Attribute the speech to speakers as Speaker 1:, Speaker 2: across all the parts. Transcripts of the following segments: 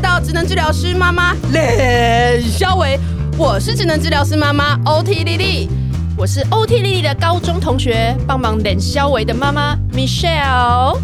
Speaker 1: 到职能治疗师妈妈冷肖维，我是职能治疗师妈妈 OT 丽丽。
Speaker 2: 我是 OT 丽丽的高中同学，帮忙冷肖维的妈妈 Michelle。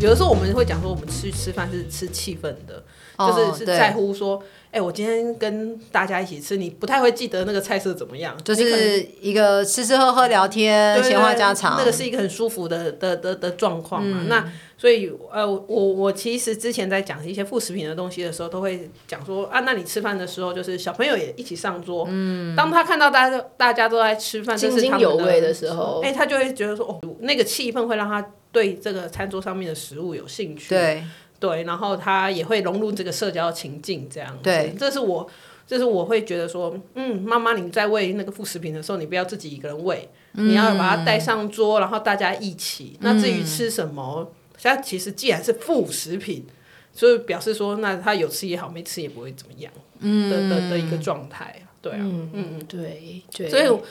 Speaker 3: 有的时候我们会讲说，我们吃吃饭是吃气氛的，
Speaker 1: 哦
Speaker 3: 就是是
Speaker 1: 对
Speaker 3: 在乎说，哎、我今天跟大家一起吃，你不太会记得那个菜色怎么样，
Speaker 1: 就
Speaker 3: 你可能
Speaker 1: 是一个吃吃喝喝聊
Speaker 3: 对
Speaker 1: 天，
Speaker 3: 对
Speaker 1: 闲话家常。嗯
Speaker 3: 那个是一个很舒服的的的的状况嘛。那所以呃，我我我其实之前在讲一些副食品的东西的时候，都会讲说啊，那你吃饭的时候，就是小朋友也一起上桌，嗯，当他看到大家大家都在吃饭，这
Speaker 2: 津
Speaker 3: 是他
Speaker 2: 津
Speaker 3: 们
Speaker 2: 有味的时候
Speaker 3: 哎、他就会觉得说哦，那个气氛会让他对这个餐桌上面的食物有兴趣，
Speaker 1: 对，
Speaker 3: 对，然后他也会融入这个社交情境，这样子
Speaker 1: 对，
Speaker 3: 这是我，这是我会觉得说，嗯，妈妈你在喂那个副食品的时候，你不要自己一个人喂，你要把它带上桌，然后大家一起。那至于吃什么，它其实既然是副食品，所以表示说，那他有吃也好，没吃也不会怎么样，嗯的的的一个状态，对啊，
Speaker 2: 嗯，对对，
Speaker 3: 所以我，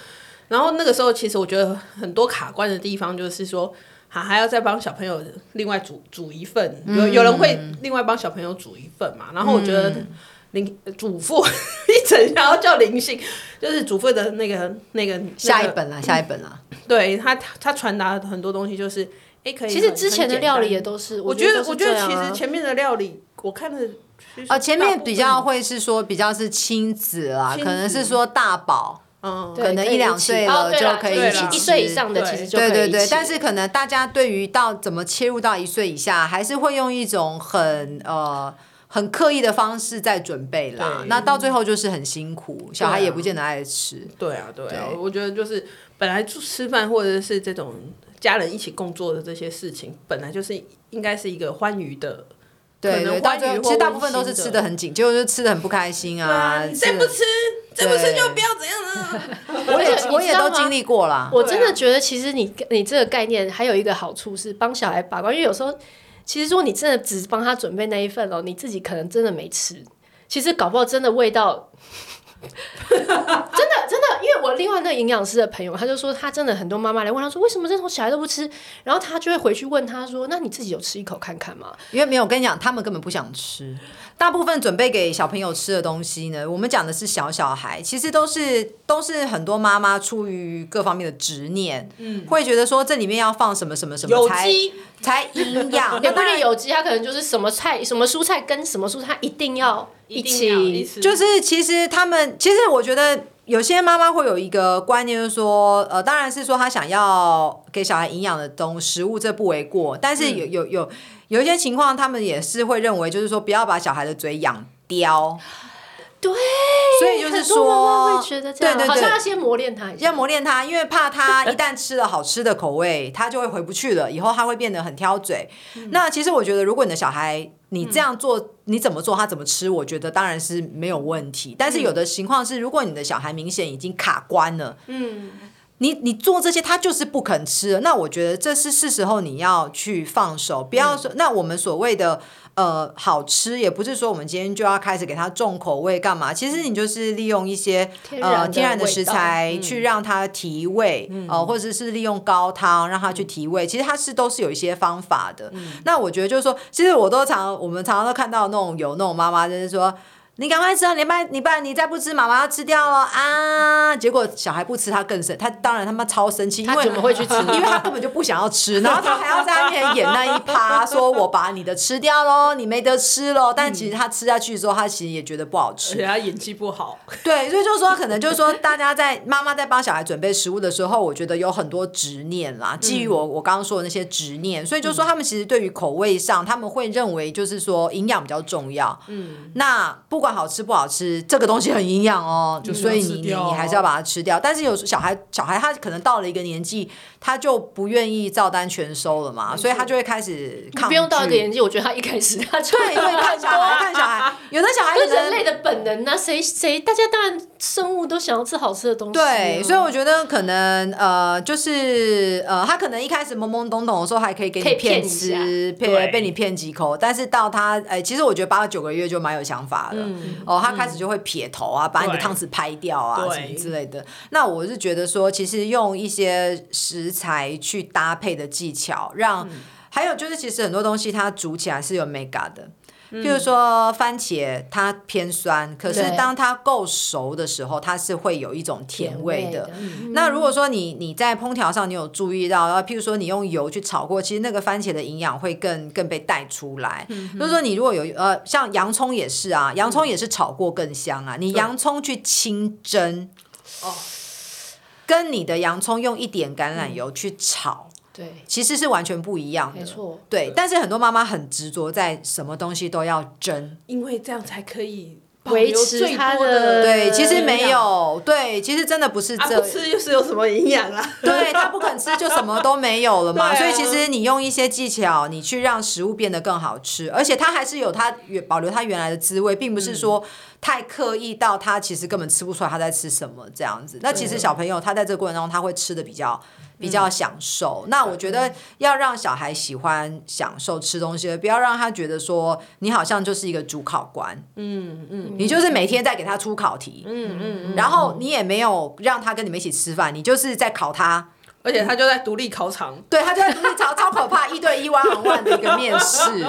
Speaker 3: 然后那个时候其实我觉得很多卡关的地方就是说，还还要再帮小朋友另外煮煮一份，有有人会
Speaker 2: 嗯
Speaker 3: 另外帮小朋友煮一份嘛。然后我觉得灵祖父 一整然后叫灵性，就是祖父的那个那个
Speaker 1: 下
Speaker 3: 那
Speaker 1: 一，
Speaker 3: 个嗯
Speaker 1: 本啦，下一本啦。
Speaker 3: 对他他传达的很多东西就是，哎，可以很。
Speaker 2: 其实之前的料理也
Speaker 3: 很简单
Speaker 2: 都是，
Speaker 3: 我觉得
Speaker 2: 都
Speaker 3: 我
Speaker 2: 是
Speaker 3: 觉
Speaker 2: 这
Speaker 3: 得
Speaker 2: 样
Speaker 3: 其
Speaker 2: 啊
Speaker 3: 实前面的料理我看的其实
Speaker 1: 哦，前
Speaker 3: 大
Speaker 1: 面
Speaker 3: 部
Speaker 1: 比
Speaker 3: 分
Speaker 1: 较会是说比较是亲子啦，
Speaker 3: 亲
Speaker 1: 可能是
Speaker 3: 子
Speaker 1: 说大宝，
Speaker 3: 嗯
Speaker 2: 对
Speaker 1: 可能
Speaker 2: 可以
Speaker 1: 一两
Speaker 2: 起
Speaker 1: 岁
Speaker 2: 哦
Speaker 1: 了
Speaker 2: 对啦
Speaker 1: 就可
Speaker 3: 对
Speaker 1: 以
Speaker 2: 对
Speaker 1: 一起
Speaker 2: 啦
Speaker 1: 吃
Speaker 2: 一岁以上的
Speaker 3: 对
Speaker 2: 其实就可以
Speaker 1: 对对对
Speaker 2: 一，起
Speaker 1: 但是可能大家对于到怎么切入到一岁以下，还是会用一种很呃很刻意的方式在准备啦。
Speaker 3: 对啊
Speaker 1: 那到最后就是很辛苦，小孩也不见得爱吃。
Speaker 3: 对啊，对啊，
Speaker 1: 对
Speaker 3: 我觉得就是本来就吃饭或者是这种家人一起工作的这些事情，本来就是应该是一个欢愉的。
Speaker 1: 对
Speaker 3: 可能
Speaker 1: 对，到
Speaker 3: 欢愉
Speaker 1: 最后
Speaker 3: 或
Speaker 1: 其实大
Speaker 3: 温
Speaker 1: 部分都是
Speaker 3: 馨的
Speaker 1: 吃的很紧，结果就吃的很不开心啊。
Speaker 3: 你
Speaker 1: 吃
Speaker 3: 再
Speaker 1: 得
Speaker 3: 不吃，再不吃
Speaker 1: 对
Speaker 3: 就不要怎样了。
Speaker 1: 我
Speaker 2: 而且
Speaker 1: 也
Speaker 2: 你
Speaker 1: 我也
Speaker 2: 知道
Speaker 1: 都
Speaker 2: 吗
Speaker 1: 经历过啦。
Speaker 2: 我真
Speaker 3: 对
Speaker 2: 的
Speaker 3: 啊
Speaker 2: 觉得，其实你你这个概念还有一个好处是帮小孩把关，因为有时候其实如果你真的只帮他准备那一份哦，你自己可能真的没吃，其实搞不好真的味道。真的真的，因为我另外那个营养师的朋友，他就说他真的很多妈妈来问他说为什么这种小孩都不吃，然后他就会回去问他说，那你自己有吃一口看看 吗？
Speaker 1: 因为没有我跟你讲，他们根本不想吃。大部分准备给小朋友吃的东西呢，我们讲的是小小孩，其实都是都是很多妈妈出于各方面的执念，嗯，会觉得说这里面要放什么什么什么
Speaker 3: 有
Speaker 1: 才
Speaker 3: 机
Speaker 1: 才营 养，
Speaker 2: 也
Speaker 1: 那
Speaker 2: 不一
Speaker 1: 当然
Speaker 2: 定有机，他可能就是什么菜什么蔬菜跟什么蔬菜一定要一起，
Speaker 1: 就是是其实他们，其实我觉得有些妈妈会有一个观念，就是说，呃，当然是说她想要给小孩营养的东食物，这不为过。但是
Speaker 3: 嗯
Speaker 1: 有有有有一些情况，他们也是会认为，就是说不要把小孩的嘴养刁。
Speaker 2: 对，
Speaker 1: 所以就是
Speaker 2: 哎很多妈妈
Speaker 1: 说，
Speaker 2: 会觉得这
Speaker 1: 对
Speaker 2: 样，
Speaker 1: 对
Speaker 2: 好
Speaker 1: 对
Speaker 2: 像要。先磨练他一下，
Speaker 1: 要磨练他，因为怕他一旦吃了好吃的口味，他就会回不去了。以后他会变得很挑嘴。
Speaker 2: 嗯
Speaker 1: 那其实我觉得，如果你的小孩你这样做，你怎么做他怎么吃，我觉得当然是没有问题。但
Speaker 2: 嗯
Speaker 1: 是有的情况是，如果你的小孩明显已经卡关了，
Speaker 3: 嗯，
Speaker 1: 你你做这些他就是不肯吃了，那我觉得这是是时候你要去放手，不
Speaker 2: 嗯
Speaker 1: 要说、那我们所谓的。呃，好吃也不是说我们今天就要开始给他重口味干嘛？其实你就是利用一些
Speaker 2: 天然的
Speaker 1: 呃天然的食
Speaker 2: 味道嗯
Speaker 1: 材去让它提味，呃，或者是利用高汤让它去提味。其实它是都是有一些方法的。
Speaker 2: 嗯
Speaker 1: 那我觉得就是说，其实我都常我们常常都看到那种有那种妈妈就是说，你赶快吃啊！你不然你不然你再不吃，妈妈要吃掉了啊！结果小孩不吃，他更生，他当然他妈超生气，因为
Speaker 2: 他怎么会去吃
Speaker 1: 因为他根本就不想要吃， 然后他还要在那边演那一趴，说我把你的吃掉喽，你没得吃喽。但其实他吃下去之后，他其实也觉得不好
Speaker 3: 而
Speaker 1: 吃
Speaker 3: 且。他演技不好，
Speaker 1: 对，所以就是说，可能就是说，大家在妈妈在帮小孩准备食物的时候，我觉得有很多执念啦，基于
Speaker 2: 嗯
Speaker 1: 我我刚刚说的那些执念，所以就是说，他们其实对于口味上，他们会认为就是说营养比较重要。嗯，那不管好吃不好吃，这个东西很营养
Speaker 2: 嗯
Speaker 1: 哦，就所以
Speaker 3: 要
Speaker 1: 你
Speaker 3: 吃
Speaker 1: 你
Speaker 3: 掉
Speaker 1: 你还
Speaker 2: 哦
Speaker 1: 是要把它吃掉。但是有时候小孩小孩他可能到了一个年纪，他就不愿意照单全收了嘛，所以他就会开始抗拒。
Speaker 2: 不用到一个年纪，我觉得他一开始他就
Speaker 1: 对对，看小孩看小孩，有的小孩
Speaker 2: 就
Speaker 1: 可
Speaker 2: 是人
Speaker 1: 能
Speaker 2: 类的本能啊，谁谁大家当然生物都想要吃好吃的东西啊、
Speaker 1: 对，所以我觉得可能呃，就是呃，他可能一开始懵懵懂懂的时候还可以给
Speaker 2: 可以
Speaker 1: 你
Speaker 2: 骗
Speaker 1: 骗
Speaker 2: 你一
Speaker 1: 吃
Speaker 2: 下，
Speaker 1: 被
Speaker 4: 对
Speaker 1: 被你骗几口，但是到他哎、其实我觉得八到九个月就蛮有想法了。
Speaker 2: 嗯
Speaker 1: 哦，他开始就会撇头啊，把你的
Speaker 4: 对
Speaker 1: 汤匙拍掉啊，
Speaker 3: 对
Speaker 1: 什么之类的。那我是觉得说，其实用一些食材去搭配的技巧，让、
Speaker 2: 嗯
Speaker 1: 还有就是，其实很多东西它煮起来是有 mega 的。譬如说番茄，它偏酸，可是
Speaker 2: 对
Speaker 1: 当它够熟的时候，它是会有一种甜味的。
Speaker 2: 嗯
Speaker 1: 嗯那如果说你你在烹调上你有注意到，然啊后譬如说你用油去炒过，其实那个番茄的营养会更更被带出来。就是说你如果有呃，像洋葱也是啊，洋葱也是炒过更香啊。你洋葱去清蒸，
Speaker 3: 哦，
Speaker 1: 跟你的洋葱用一点橄榄油去炒，
Speaker 2: 对，
Speaker 1: 其实是完全不一样的。
Speaker 2: 没错
Speaker 1: 对。但是很多妈妈很执着在什么东西都要蒸，
Speaker 3: 因为这样才可以保
Speaker 2: 维
Speaker 3: 留
Speaker 2: 持
Speaker 3: 最
Speaker 2: 它
Speaker 3: 多
Speaker 2: 的
Speaker 3: 的。
Speaker 1: 对，其实没
Speaker 2: 营
Speaker 1: 有，对，其实真的不是
Speaker 3: 啊，
Speaker 1: 这
Speaker 3: 不吃又是有什么营养啊？
Speaker 1: 对他不肯吃，就什么都没有了嘛。
Speaker 3: 对啊
Speaker 1: 所以其实你用一些技巧，你去让食物变得更好吃，而且它还是有它原保留它原来的滋味，并
Speaker 3: 嗯
Speaker 1: 不是说太刻意到他其实根本吃不出来他在吃什么这样子。那其实小朋友他在这个过程中他会吃的比较。比较
Speaker 3: 嗯
Speaker 1: 享受，那我觉得要让小孩喜欢享受吃东西，不要让他觉得说你好像就是一个主考官，
Speaker 3: 嗯嗯
Speaker 1: 你就是每天在给他出考题，
Speaker 3: 嗯嗯，
Speaker 1: 然后你也没有让他跟你们一起吃饭，你就是在考他
Speaker 3: 而且他就在独立考场，
Speaker 1: 对他就会就是超超可怕，一对一 one on one 的一个面试，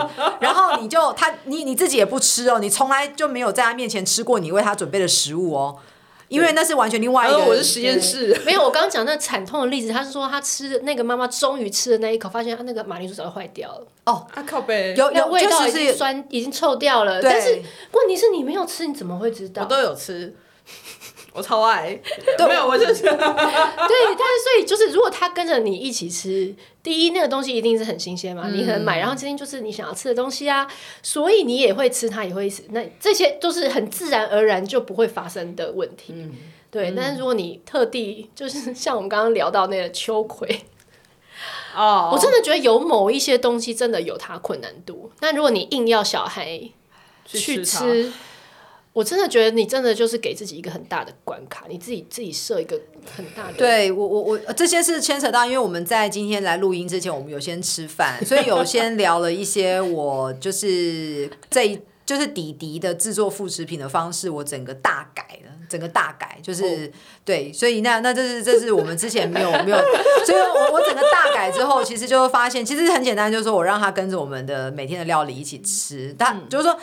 Speaker 1: 然后你就他你你自己也不吃哦，你从来就没有在他面前吃过你为他准备的食物哦，因为那是完全另外一
Speaker 3: 然
Speaker 1: 个。
Speaker 3: 后我是实验室，
Speaker 2: 没有，我刚刚讲那惨痛的例子，他是说他吃的那个妈妈终于吃的那一口，发现他那个马铃薯早就坏掉了，
Speaker 3: 啊靠背，
Speaker 1: 有
Speaker 2: 那
Speaker 1: 有
Speaker 2: 味道
Speaker 1: 确
Speaker 2: 已
Speaker 1: 实
Speaker 2: 经
Speaker 1: 是，
Speaker 2: 酸，已经臭掉了。
Speaker 1: 对
Speaker 2: 但是问题是你没有吃，你怎么会知
Speaker 3: 我
Speaker 2: 道？
Speaker 3: 都有吃，我超爱，没有我就是
Speaker 2: 对，但是所以就是，如果他跟着你一起吃，第一那个东西一定是很新鲜嘛，你可能买，然后今天就是你想要吃的东西啊，所以你也会吃，他也会吃，那这些都是很自然而然就不会发生的问题。对，但是如果你特地就是 像我们刚刚聊到那个秋葵，
Speaker 3: 哦
Speaker 2: 我真的觉得有某一些东西真的有它困难度。那如果你硬要小孩去
Speaker 3: 它
Speaker 2: 吃，我真的觉得你真的就是给自己一个很大的关卡，你自己自己设一个很大的。
Speaker 1: 对我我我这些是牵扯到，因为我们在今天来录音之前，我们有先吃饭，所以有先聊了一些我就是这一就是弟弟的制作副食品的方式，我整个大改了，整个大改就是、对，所以那那这是这是我们之前没有没有，所以我我整个大改之后，其实就会发现其实很简单，就是说我让他跟着我们的每天的料理一起吃，他、就是说。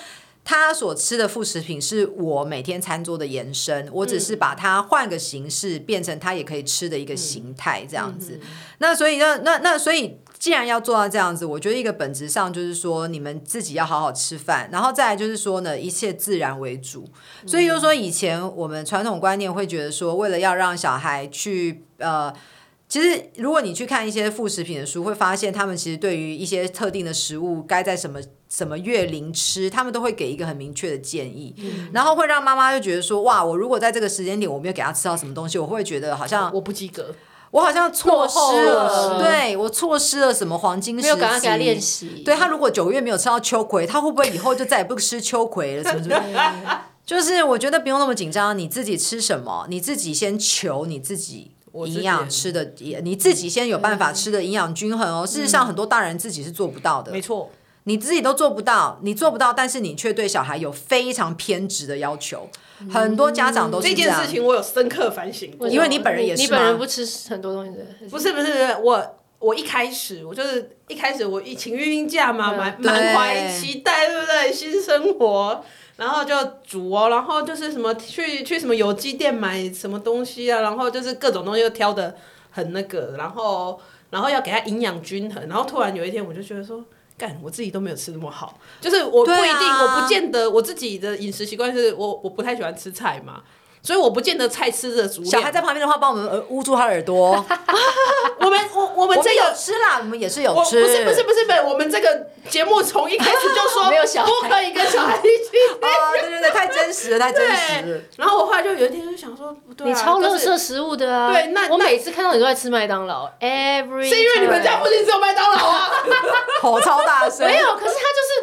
Speaker 1: 他所吃的副食品是我每天餐桌的延伸，我只是把它换个形式，变成他也可以吃的一个形态这样子。那所以那那那所以。既然要做到这样子，我觉得一个本质上就是说，你们自己要好好吃饭，然后再来就是说呢，一切自然为主。所以就是说，以前我们传统观念会觉得说，为了要让小孩去呃其实，如果你去看一些副食品的书，会发现他们其实对于一些特定的食物该在什么什么月龄吃，他们都会给一个很明确的建议，
Speaker 2: 嗯
Speaker 1: 然后会让妈妈就觉得说，哇，我如果在这个时间点我没有给他吃到什么东西，我会觉得好像
Speaker 3: 我不及格，
Speaker 1: 我好像错失
Speaker 2: 落后
Speaker 1: 了，
Speaker 2: 了
Speaker 1: 对我错失了什么黄金时期，
Speaker 2: 没有赶快给他练习。
Speaker 3: 啊
Speaker 1: 对他如果九个月没有吃到秋葵，他会不会以后就再也不吃秋葵了？什么什么？就是我觉得不用那么紧张，你自己吃什么，你自己先求你自己。
Speaker 3: 自己嗯
Speaker 1: 营养吃的，你自己先有办法吃的营养均衡哦。事实上，很多大人自己是做不到的
Speaker 3: 没，错，
Speaker 1: 你自己都做不到，你做不到，但是你却对小孩有非常偏执的要求。很多家长都
Speaker 3: 嗯
Speaker 1: 是
Speaker 3: 这
Speaker 1: 这
Speaker 3: 件
Speaker 1: 样
Speaker 3: 事。情我有深刻反省过，
Speaker 1: 因为你本人也是
Speaker 2: 你本
Speaker 1: 吗
Speaker 2: 人不吃很多东西的，
Speaker 3: 不是不是不是我。我一开始我就是一开始我疫情孕假嘛，
Speaker 2: 嗯
Speaker 3: 满
Speaker 1: 对
Speaker 3: 满怀期待，对不对？新生活，然后就煮哦，然后就是什么去去什么有机店买什么东西啊，然后就是各种东西都挑的很那个，然后然后要给它营养均衡，然后突然有一天我就觉得说。干，我自己都没有吃那么好，就是我不一
Speaker 1: 对啊啊
Speaker 3: 定，我不见得我自己的饮食习惯是我我不太喜欢吃菜嘛，所以我不见得菜吃的足量。
Speaker 1: 小孩在旁边的话，帮我们呃捂住他的 耳朵。
Speaker 3: 我们我我
Speaker 1: 我
Speaker 3: 们
Speaker 1: 们
Speaker 3: 这个
Speaker 1: 有吃啦，我们也是有
Speaker 3: 哦我不
Speaker 1: 吃。
Speaker 3: 是不是不是不是，我们这个节目从一开始哎就说
Speaker 2: 没有小孩
Speaker 3: 不可以跟小孩一起。
Speaker 1: 啊，对对对，太真实了，太
Speaker 3: 哦
Speaker 1: 真实了
Speaker 3: 对。，然后我后来就有一天就想说，不对、啊，
Speaker 2: 你超
Speaker 3: 就
Speaker 2: 垃
Speaker 3: 是
Speaker 2: 圾食物的啊！
Speaker 3: 对那
Speaker 2: 我
Speaker 3: 那
Speaker 2: 每次看到你都在吃麦当劳，every
Speaker 3: 是因为你们家
Speaker 2: time
Speaker 3: 附近只有麦当劳啊？
Speaker 1: 口超大声。
Speaker 2: 没有，可是他就是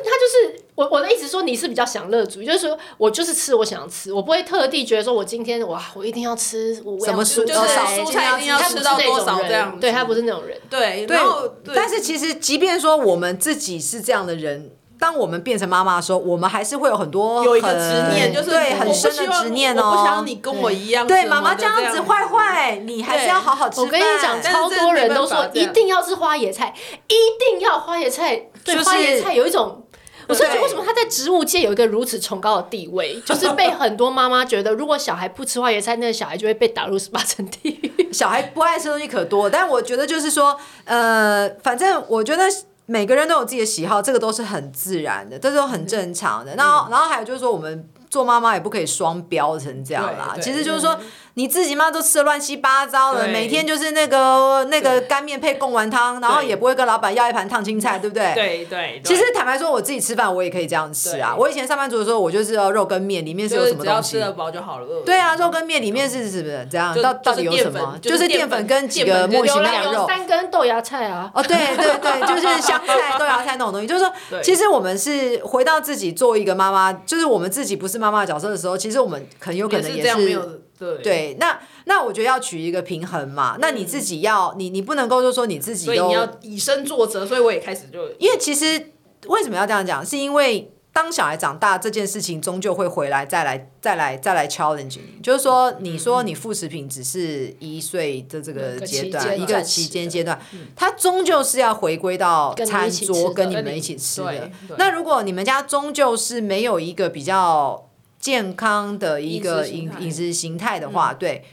Speaker 2: 他就是我我的意思说，你是比较享乐主义，就是说我就是吃我想吃，我不会特地觉得说我今天哇，我一定要吃我
Speaker 1: 什么
Speaker 2: 蔬
Speaker 1: 蔬多少
Speaker 3: 就是蔬菜一定要
Speaker 2: 他
Speaker 3: 吃到多少这样子
Speaker 2: 对他不是那种人。
Speaker 3: 对，
Speaker 1: 对
Speaker 3: 然后，对
Speaker 1: 但是其实即便说我们自己是这样的人，当我们变成妈妈的时候，我们还是会有很多
Speaker 3: 有一个
Speaker 1: 很
Speaker 3: 执念，就是
Speaker 1: 对
Speaker 3: 我
Speaker 1: 很
Speaker 3: 不
Speaker 1: 深
Speaker 3: 希
Speaker 1: 的
Speaker 3: 望
Speaker 1: 执念
Speaker 3: 我不想
Speaker 1: 哦
Speaker 3: 让。你跟我一样什么的，
Speaker 1: 对，妈妈这样子坏坏，你还是要好好吃
Speaker 2: 我
Speaker 1: 饭。
Speaker 2: 跟你讲，
Speaker 3: 但是
Speaker 2: 超
Speaker 3: 真的
Speaker 2: 多
Speaker 3: 没
Speaker 2: 人
Speaker 3: 办
Speaker 2: 都
Speaker 3: 法
Speaker 2: 说
Speaker 3: 这
Speaker 2: 一
Speaker 3: 样
Speaker 2: 定要吃花椰菜，一定要花椰菜，对
Speaker 1: 就是
Speaker 2: 花椰菜有一种。我甚至
Speaker 1: 对
Speaker 2: 为什么他在植物界有一个如此崇高的地位，就是被很多妈妈觉得，如果小孩不吃花椰菜，那个小孩就会被打入十八层地狱。
Speaker 1: 小孩不爱吃的东西可多，但我觉得就是说，呃，反正我觉得。每个人都有自己的喜好，这个都是很自然的，这都很正常
Speaker 3: 嗯
Speaker 1: 的。然后，然后还有就是说，我们做妈妈也不可以双标成这样啦。
Speaker 3: 对对
Speaker 1: 其实就是说，你自己妈都吃的乱七八糟的，
Speaker 3: 对
Speaker 1: 每天就是那个那个
Speaker 3: 对
Speaker 1: 干面配贡丸汤，然后
Speaker 3: 对
Speaker 1: 也不会跟老板要一盘烫青菜，对不对？
Speaker 3: 对对，对
Speaker 1: 其实坦白说，我自己吃饭我也可以这样吃啊。
Speaker 3: 对
Speaker 1: 我以前上班族的时候，我就是要肉跟面，里面是
Speaker 3: 就
Speaker 1: 有
Speaker 3: 是
Speaker 1: 什么
Speaker 3: 只要
Speaker 1: 东西？
Speaker 3: 吃得饱就好了。
Speaker 1: 对啊，肉跟面里面是是不是这
Speaker 3: 嗯
Speaker 1: 样？
Speaker 3: 就
Speaker 1: 到
Speaker 3: 就是
Speaker 1: 到底有什
Speaker 3: 淀粉
Speaker 1: 么？
Speaker 3: 就是是
Speaker 1: 淀
Speaker 3: 淀
Speaker 1: 粉
Speaker 3: 粉
Speaker 1: 跟几
Speaker 3: 淀粉
Speaker 1: 个
Speaker 3: 跟
Speaker 1: 莫
Speaker 2: 有
Speaker 1: 形
Speaker 3: 牛
Speaker 2: 啦，
Speaker 1: 羊
Speaker 2: 有
Speaker 1: 肉。
Speaker 2: 三根豆芽菜啊，
Speaker 1: 哦，对对 对，就是香菜、豆芽菜那种东西，就是说，
Speaker 3: 对
Speaker 1: 其实我们是回到自己做一个妈妈，就是我们自己不是妈妈的角色的时候，其实我们很有可
Speaker 3: 也
Speaker 1: 能
Speaker 3: 是
Speaker 1: 也
Speaker 3: 这样，没有
Speaker 1: 是
Speaker 3: 对对，
Speaker 1: 对。那那我觉得要取一个平衡嘛，那你自己要你你不能够就说你自己
Speaker 3: 所以
Speaker 1: 都
Speaker 3: 你要以身作则，所以我也开始就
Speaker 1: 因为其实为什么要这样讲，是因为当小孩长大这件事情终究会回来，再来、再来、再来 challenge 你。就是说，你说你副食品只是一岁的这个
Speaker 2: 一个
Speaker 1: 阶
Speaker 2: 期
Speaker 1: 段，
Speaker 2: 间
Speaker 1: 嗯一个
Speaker 2: 暂
Speaker 1: 期
Speaker 2: 时
Speaker 1: 间
Speaker 2: 的
Speaker 1: 阶段，它终究是要回归到
Speaker 2: 跟你
Speaker 1: 餐
Speaker 2: 一起吃
Speaker 1: 桌
Speaker 2: 的
Speaker 1: 跟你
Speaker 2: 跟
Speaker 1: 们
Speaker 3: 你
Speaker 1: 一起吃
Speaker 3: 对
Speaker 1: 的
Speaker 3: 对。
Speaker 1: 那如果你们家终究是没有一个比较健康的一个饮
Speaker 3: 饮食形态
Speaker 1: 饮食形态嗯的话，对。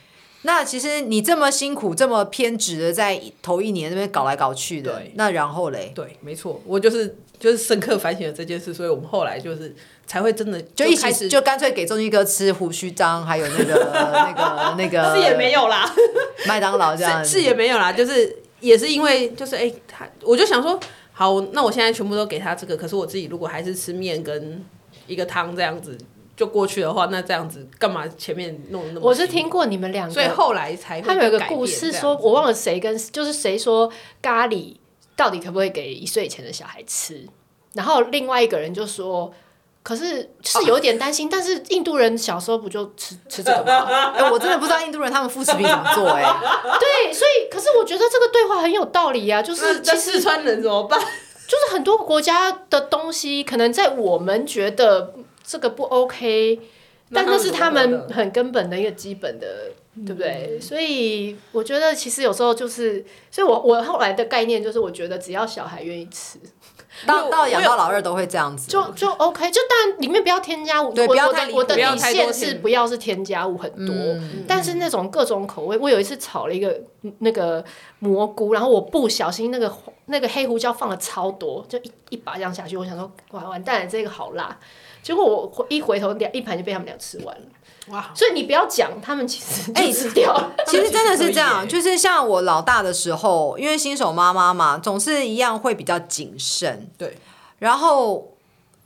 Speaker 1: 那其实你这么辛苦、这么偏执的在头一年那边搞来搞去的
Speaker 3: 对，
Speaker 1: 那然后嘞？
Speaker 3: 对，没错，我就是就是深刻反省了这件事，所以我们后来就是才会真的
Speaker 1: 就一
Speaker 3: 开
Speaker 1: 起
Speaker 3: 始，
Speaker 1: 就干脆给中一哥吃胡须章，还有 那个呃那个那个
Speaker 3: 是也没有啦，
Speaker 1: 麦当劳这样
Speaker 3: 是是也没有啦，就是也是因为就是哎、他我就想说，好，那我现在全部都给他这个，可是我自己如果还是吃面跟一个汤这样子就过去的话，那这样子干嘛前面弄那么？
Speaker 2: 我是听，过你们两个，
Speaker 3: 所以后来才会
Speaker 2: 他们有个
Speaker 3: 改变
Speaker 2: 故事
Speaker 3: 这样
Speaker 2: 说，我忘了谁跟就是谁说咖喱到底可不可以给一岁以前的小孩吃，然后另外一个人就说。可是是有点担心，但是印度人小时候不就吃吃这个 吗？
Speaker 1: 哎、我真的不知道印度人他们副食品怎么做哎、
Speaker 2: 对，所以可是我觉得这个对话很有道理啊，就
Speaker 3: 那
Speaker 2: 是
Speaker 3: 那
Speaker 2: 其实
Speaker 3: 四川人怎么办？
Speaker 2: 就是很多国家的东西，可能在我们觉得这个不 OK，但那是他们很根本的一个嗯基本的，对不对？所以我觉得其实有时候就是，所以我我后来的概念就是，我觉得只要小孩愿意吃，
Speaker 1: 到到养到
Speaker 3: 老。
Speaker 1: 老二都会这样子，
Speaker 2: 就就 OK，就当然里面不要添加物，
Speaker 1: 对
Speaker 2: 我
Speaker 1: 不要
Speaker 2: 我
Speaker 1: 太
Speaker 2: 的
Speaker 1: 离谱
Speaker 2: 我的
Speaker 3: 不要
Speaker 2: 底
Speaker 3: 太多
Speaker 2: 线
Speaker 3: 添
Speaker 2: 是不要是添加物很嗯多，但是那种各种口味，我有一次炒了一个嗯那个蘑菇，然后我不小心那个那个黑胡椒放了超多，就一一把这样下去，我想说完完蛋了，这个好辣。结果我回一回头两一盘就被他们俩吃完了，
Speaker 3: 哇，
Speaker 2: 所以你不要讲，他们其实
Speaker 1: 哎
Speaker 2: 就吃 掉了。
Speaker 1: 其实真的是
Speaker 3: 他
Speaker 1: 这样，
Speaker 3: 们其
Speaker 1: 就是像我老大的时候，因为新手妈妈嘛，总是一样会比较谨慎。
Speaker 3: 对。
Speaker 1: 然后，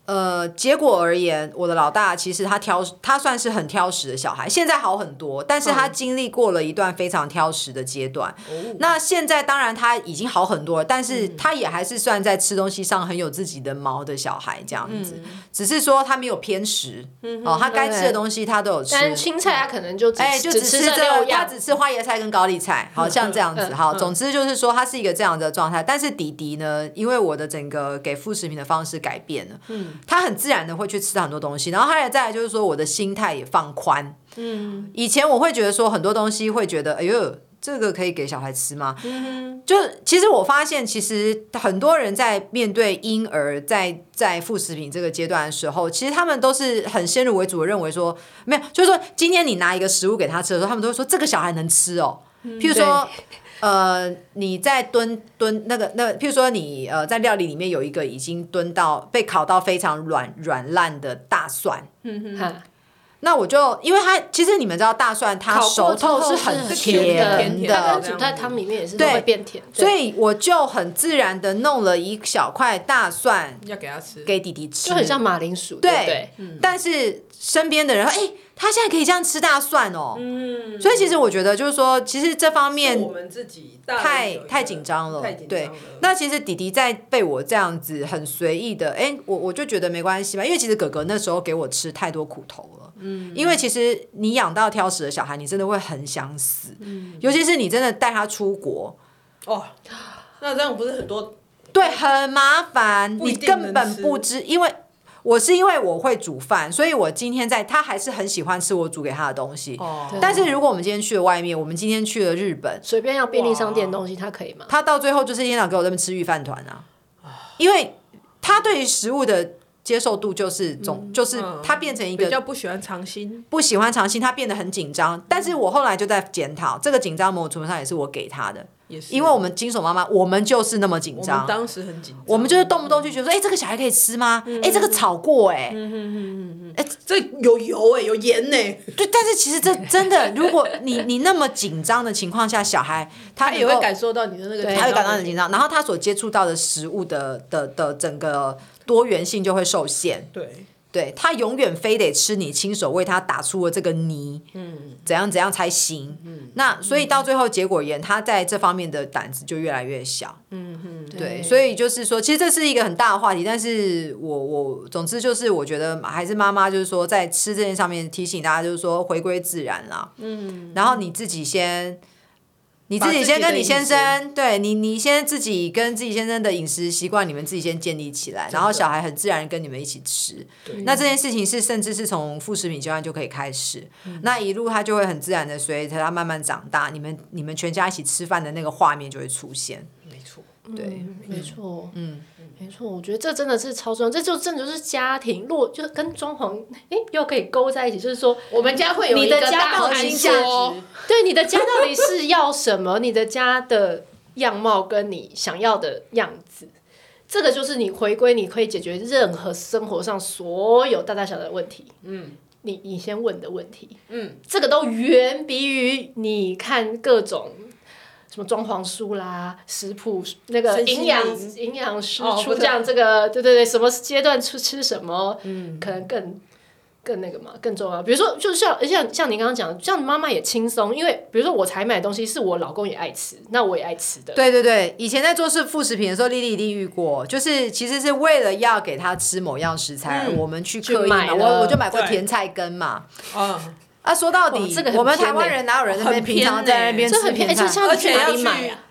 Speaker 1: 呃，结果而言，我的老大其实他挑，他算是很挑食的小孩，现在好很多，但是他经历过了一段非常挑食的阶段。
Speaker 3: 哦
Speaker 1: 那现在当然他已经好很多了，但是他也还是算在吃东西上很有自己的毛的小孩这样子，
Speaker 3: 嗯
Speaker 1: 只是说他没有偏食、哦，他该吃的东西他都有吃。
Speaker 2: 但青菜他可能就只
Speaker 1: 哎、就只
Speaker 2: 吃
Speaker 1: 吃这
Speaker 2: 六
Speaker 1: 个，他
Speaker 2: 样，
Speaker 1: 只吃花椰菜跟高丽菜，好像这样子
Speaker 2: 嗯
Speaker 1: 哈。
Speaker 3: 嗯
Speaker 1: 总之就是说，他是一个这样的状态。但是迪迪呢，因为我的整个给副食品的方式改变了，嗯，他很自然的会去吃很多东西，然后他也再来就是说，我的心态也放宽，嗯，以前我会觉得说很多东西会觉得，哎呦。这个可以给小孩吃吗？就其实我发现，其实很多人在面对婴儿在在副食品这个阶段的时候，其实他们都是很先入为主的认为说，没有，就是说今天你拿一个食物给他吃的时候，他们都会说这个小孩能吃哦。
Speaker 2: 嗯
Speaker 1: 譬如说，呃，你在蹲蹲那个那个，譬如说你呃在料理里面有一
Speaker 2: 嗯
Speaker 1: 个已经蹲到被烤到非常软软烂的大蒜，
Speaker 2: 哈
Speaker 1: 那我就因为它其实你们知道大蒜它
Speaker 2: 烤过
Speaker 1: 熟
Speaker 2: 之后
Speaker 1: 透
Speaker 2: 是
Speaker 1: 很
Speaker 2: 甜
Speaker 3: 的甜
Speaker 1: 的，
Speaker 3: 甜
Speaker 2: 它
Speaker 3: 的
Speaker 2: 跟煮在汤里面也是
Speaker 1: 对
Speaker 2: 会变甜。对
Speaker 1: 所以我就很自然的弄了一小块大蒜
Speaker 3: 要给他吃，
Speaker 1: 给弟弟吃，
Speaker 2: 就很像马铃薯，对
Speaker 1: 对
Speaker 2: 嗯不对？
Speaker 1: 但是身边的人说，哎、他现在可以这样吃大蒜哦。所以其实我觉得就是说，其实这方
Speaker 3: 嗯是
Speaker 1: 面
Speaker 3: 我们自己大人
Speaker 1: 太
Speaker 3: 有一个
Speaker 1: 太紧张了
Speaker 3: 太，紧张
Speaker 1: 对
Speaker 3: 了。。
Speaker 1: 那其实弟弟在被我这样子很随意的，哎、我我就觉得没关系吧，因为其实哥哥那时候给我吃太多苦头了。嗯，因为其实你养到挑食的小孩，你真的会很想死，
Speaker 3: 嗯
Speaker 1: 尤其是你真的带他出国，
Speaker 3: 哦，那这样不是很多
Speaker 1: 对，很麻烦，
Speaker 3: 不一
Speaker 1: 你
Speaker 3: 定能
Speaker 1: 根本不知，因为我是因为我会煮饭，所以我今天在他还是很喜欢吃我煮给他的东西。
Speaker 3: 哦
Speaker 2: 对
Speaker 1: 但是如果我们今天去了外面，我们今天去了日本，
Speaker 2: 随便要便利商店的东西，它可以吗？
Speaker 1: 他到最后就是一天到晚给我在那边吃御饭团啊，因为他对于食物的接受度就是总、就是
Speaker 3: 嗯
Speaker 1: 他变成一
Speaker 3: 比
Speaker 1: 个
Speaker 3: 较嗯不喜欢尝新，
Speaker 1: 不喜欢尝新，他变得很紧张。但是我后来就在检讨，这个紧张某种程度上也是我给他的，
Speaker 3: 也是
Speaker 1: 因为我们金手妈妈，我们就是那么紧
Speaker 3: 我
Speaker 1: 张
Speaker 3: 们。当时很紧张，
Speaker 1: 我们就是动不动就觉得说，哎、这个小孩可以吃吗？哎、这
Speaker 3: 嗯
Speaker 1: 个炒过哎、
Speaker 3: 这有油哎、有盐呢、
Speaker 1: 对。但是其实这真的，如果你你那么紧张的情况下，小孩他
Speaker 3: 他也
Speaker 1: 能够
Speaker 3: 会感受到你的那个，
Speaker 2: 对
Speaker 1: 他会感到很紧张，然后他所接触到的食物的的的整个多元性就会受限。
Speaker 3: 对，
Speaker 1: 对他永远非得吃你亲手为他打出的这个泥，
Speaker 3: 嗯，
Speaker 1: 怎样怎样才行。那所以到最后结果言，他在这方面的胆子就越来越小。对，所以就是说，其实这是一个很大的话题，但是我我总之就是，我觉得还是妈妈就是说，在吃这件上面提醒大家，就是说回归自然啦。嗯，然后你自己先，你自己先跟你先
Speaker 3: 把
Speaker 1: 生，对你你先自己跟自己先生的饮食习惯，你们自己先建立起来，然后小孩很自然跟你们一起吃。那这件事情是甚至是从副食品阶段就可以开始，那一路他就会很自然的随着他慢慢长大，你们你们全家一起吃饭的那个画面就会出现。
Speaker 3: 没错，
Speaker 1: 对，
Speaker 2: 嗯没错，嗯，没错，我觉得这真的是超重要，这就真的就是家庭落，就是跟装潢，哎，又可以勾在一起，就是说，
Speaker 3: 我们家会有
Speaker 2: 你
Speaker 3: 一
Speaker 2: 的
Speaker 3: 个
Speaker 2: 家
Speaker 3: 大
Speaker 2: 到
Speaker 3: 核
Speaker 2: 底
Speaker 3: 心
Speaker 2: 是对你的家到底是要什么，你的家的样貌跟你想要的样子。这个就是你回归，你可以解决任何生活上所有大大小小的问题。嗯，你你先问的问题，嗯，这个都远比于你看各种什么装潢书啦、食谱那个
Speaker 3: 身心
Speaker 2: 营养
Speaker 3: 灵
Speaker 2: 营养师
Speaker 3: 哦
Speaker 2: 出
Speaker 3: 不是
Speaker 2: 这样这个，对对对，什么阶段吃吃什么，嗯，可能更更那个嘛，更重要。比如说，就像像像你刚刚讲，像妈妈也轻松，因为比如说我才买的东西是我老公也爱吃，那我也爱吃的，
Speaker 1: 对对对，以前在做是副食品的时候，丽丽一定遇过，就是其实是为了要给他吃某样食材，我们去刻意
Speaker 2: 嗯去买
Speaker 1: 买，
Speaker 2: 了
Speaker 1: 我我就买过
Speaker 3: 对
Speaker 1: 甜菜根嘛。
Speaker 3: 啊，
Speaker 1: 啊，说到
Speaker 2: 哇
Speaker 1: 底，
Speaker 2: 这个很
Speaker 1: 我们
Speaker 2: 偏
Speaker 1: 台湾
Speaker 2: 欸
Speaker 1: 人哪有人在那边
Speaker 3: 很
Speaker 1: 平常
Speaker 3: 偏
Speaker 1: 在那
Speaker 3: 欸
Speaker 1: 边
Speaker 2: 这
Speaker 1: 吃
Speaker 2: 很偏，哎，
Speaker 1: 甜菜？
Speaker 2: 就像
Speaker 3: 而
Speaker 2: 去
Speaker 3: 且
Speaker 2: 哪
Speaker 3: 要
Speaker 2: 里买
Speaker 3: 去
Speaker 2: 啊？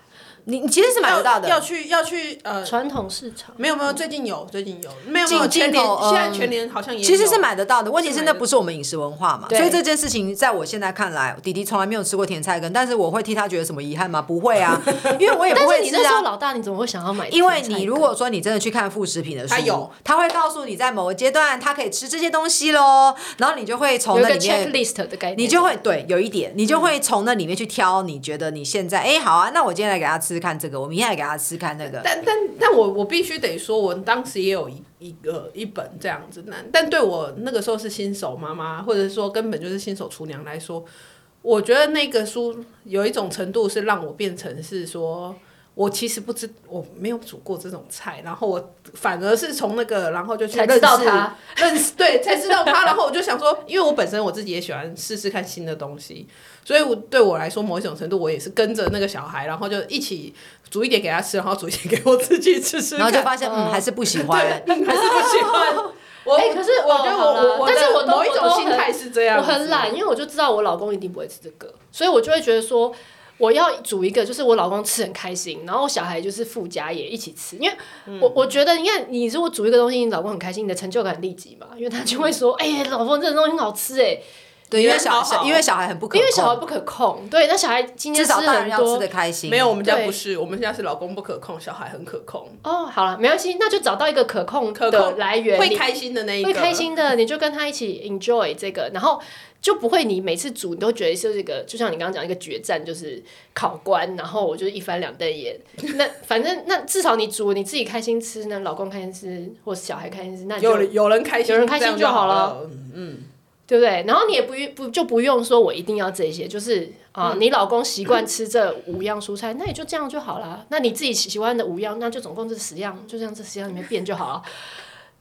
Speaker 1: 你你其实是买得到
Speaker 3: 要
Speaker 1: 的，
Speaker 3: 去要去呃，
Speaker 2: 传统市场。
Speaker 3: 没有没有，最近有最近有，没有没
Speaker 1: 进
Speaker 3: 有，全
Speaker 1: 进
Speaker 3: 年
Speaker 1: 口
Speaker 3: 现在
Speaker 1: 嗯
Speaker 3: 全年好像也
Speaker 1: 其实
Speaker 3: 有
Speaker 1: 是买得到的。问题是
Speaker 3: 是
Speaker 1: 那
Speaker 3: 买
Speaker 1: 不是我们饮食文化嘛，
Speaker 2: 对
Speaker 1: 所以这件事情在我现在看来，弟弟从来没有吃过甜菜根，但是我会替他觉得什么遗憾吗？不会啊，因为 我也不
Speaker 2: 但是
Speaker 1: 会
Speaker 2: 你
Speaker 1: 吃
Speaker 2: 那时
Speaker 1: 啊
Speaker 2: 候。老大，你怎么会想要买
Speaker 1: 因
Speaker 2: 甜菜
Speaker 1: 为
Speaker 2: 根？
Speaker 1: 你如果说你真的去看副食品的书，
Speaker 3: 它有，
Speaker 1: 它会告诉你在某个阶段它可以吃这些东西喽，然后你就会
Speaker 2: 有
Speaker 1: 从
Speaker 2: 一
Speaker 1: 那
Speaker 2: 个
Speaker 1: 里面。
Speaker 2: checklist 的概念，
Speaker 1: 你就会对有一点，你就会从那里面去挑，你觉得你现在哎、好啊，那我今天来给他吃吃看这个，我明天来给他吃吃看那个，
Speaker 3: 但但但我我必须得说，我当时也有一一个一本这样子，那但对我那个时候是新手妈妈，或者说根本就是新手厨娘来说，我觉得那个书有一种程度是让我变成是说。我其实不知，我没有煮过这种菜，然后我反而是从那个，然后就去
Speaker 2: 才
Speaker 3: 认
Speaker 2: 知
Speaker 3: 识
Speaker 2: 道它。
Speaker 3: 认识对，才知道它。然后我就想说，因为我本身我自己也喜欢试试看新的东西，所以我对我来说，某一种程度我也是跟着那个小孩，然后就一起煮一点给他吃，然后煮一点给我自己吃吃
Speaker 1: 然后就
Speaker 3: 看。
Speaker 1: 发现嗯还是不喜欢，
Speaker 3: 嗯还是不喜欢。我、
Speaker 2: 哎可是
Speaker 3: 我觉得
Speaker 2: 哦好啦
Speaker 3: 我我我的
Speaker 2: 但是我都
Speaker 3: 某一
Speaker 2: 我
Speaker 3: 种
Speaker 2: 都
Speaker 3: 心态是这样，
Speaker 2: 我很。懒，因为我就知道我老公一定不会吃这个，所以我就会觉得说，我要煮一个就是我老公吃很开心，然后小孩就是附加也一起吃，因为我、我觉得你看你如果煮一个东西，你老公很开心，你的成就感很立即嘛，因为他就会说，哎、老公这个东西很好吃哎、
Speaker 1: 对，因为
Speaker 3: 好
Speaker 1: 小
Speaker 3: 好
Speaker 1: 小因为小孩很不可
Speaker 2: 因为小孩
Speaker 1: 控，
Speaker 2: 不可控，对，那小孩今
Speaker 1: 至
Speaker 2: 天吃
Speaker 1: 少大人
Speaker 2: 很
Speaker 1: 要吃
Speaker 2: 多
Speaker 1: 的。开心，
Speaker 3: 没有，我们家
Speaker 2: 对
Speaker 3: 不是，我们家是老公不可控，小孩很可控，
Speaker 2: 哦，好了，没关系，那就找到一个可控
Speaker 3: 可
Speaker 2: 的
Speaker 3: 控
Speaker 2: 来源，
Speaker 3: 会
Speaker 2: 你
Speaker 3: 开心的那一个，
Speaker 2: 会开。心的，你就跟他一起 enjoy 这个，然后就不会你每次煮你都觉得就是一个，就像你刚刚讲一个决战，就是考官，然后我就是一翻两瞪眼。那反正那至少你煮你自己开心吃，那老公开心吃，或是小孩开心吃，那你
Speaker 3: 有
Speaker 2: 就
Speaker 3: 人有人开心，
Speaker 2: 有人开
Speaker 3: 这
Speaker 2: 心
Speaker 3: 样
Speaker 2: 就
Speaker 3: 就
Speaker 2: 好
Speaker 3: 好
Speaker 2: 了
Speaker 3: 了。嗯
Speaker 2: 对不对？然后你也不用不就不用说我一定要这些，就是啊，你老公习惯吃这五样蔬菜，那也就这样就好啦。那你自己喜欢的五样，那就总共这十样，就这样这十样里面变就好了。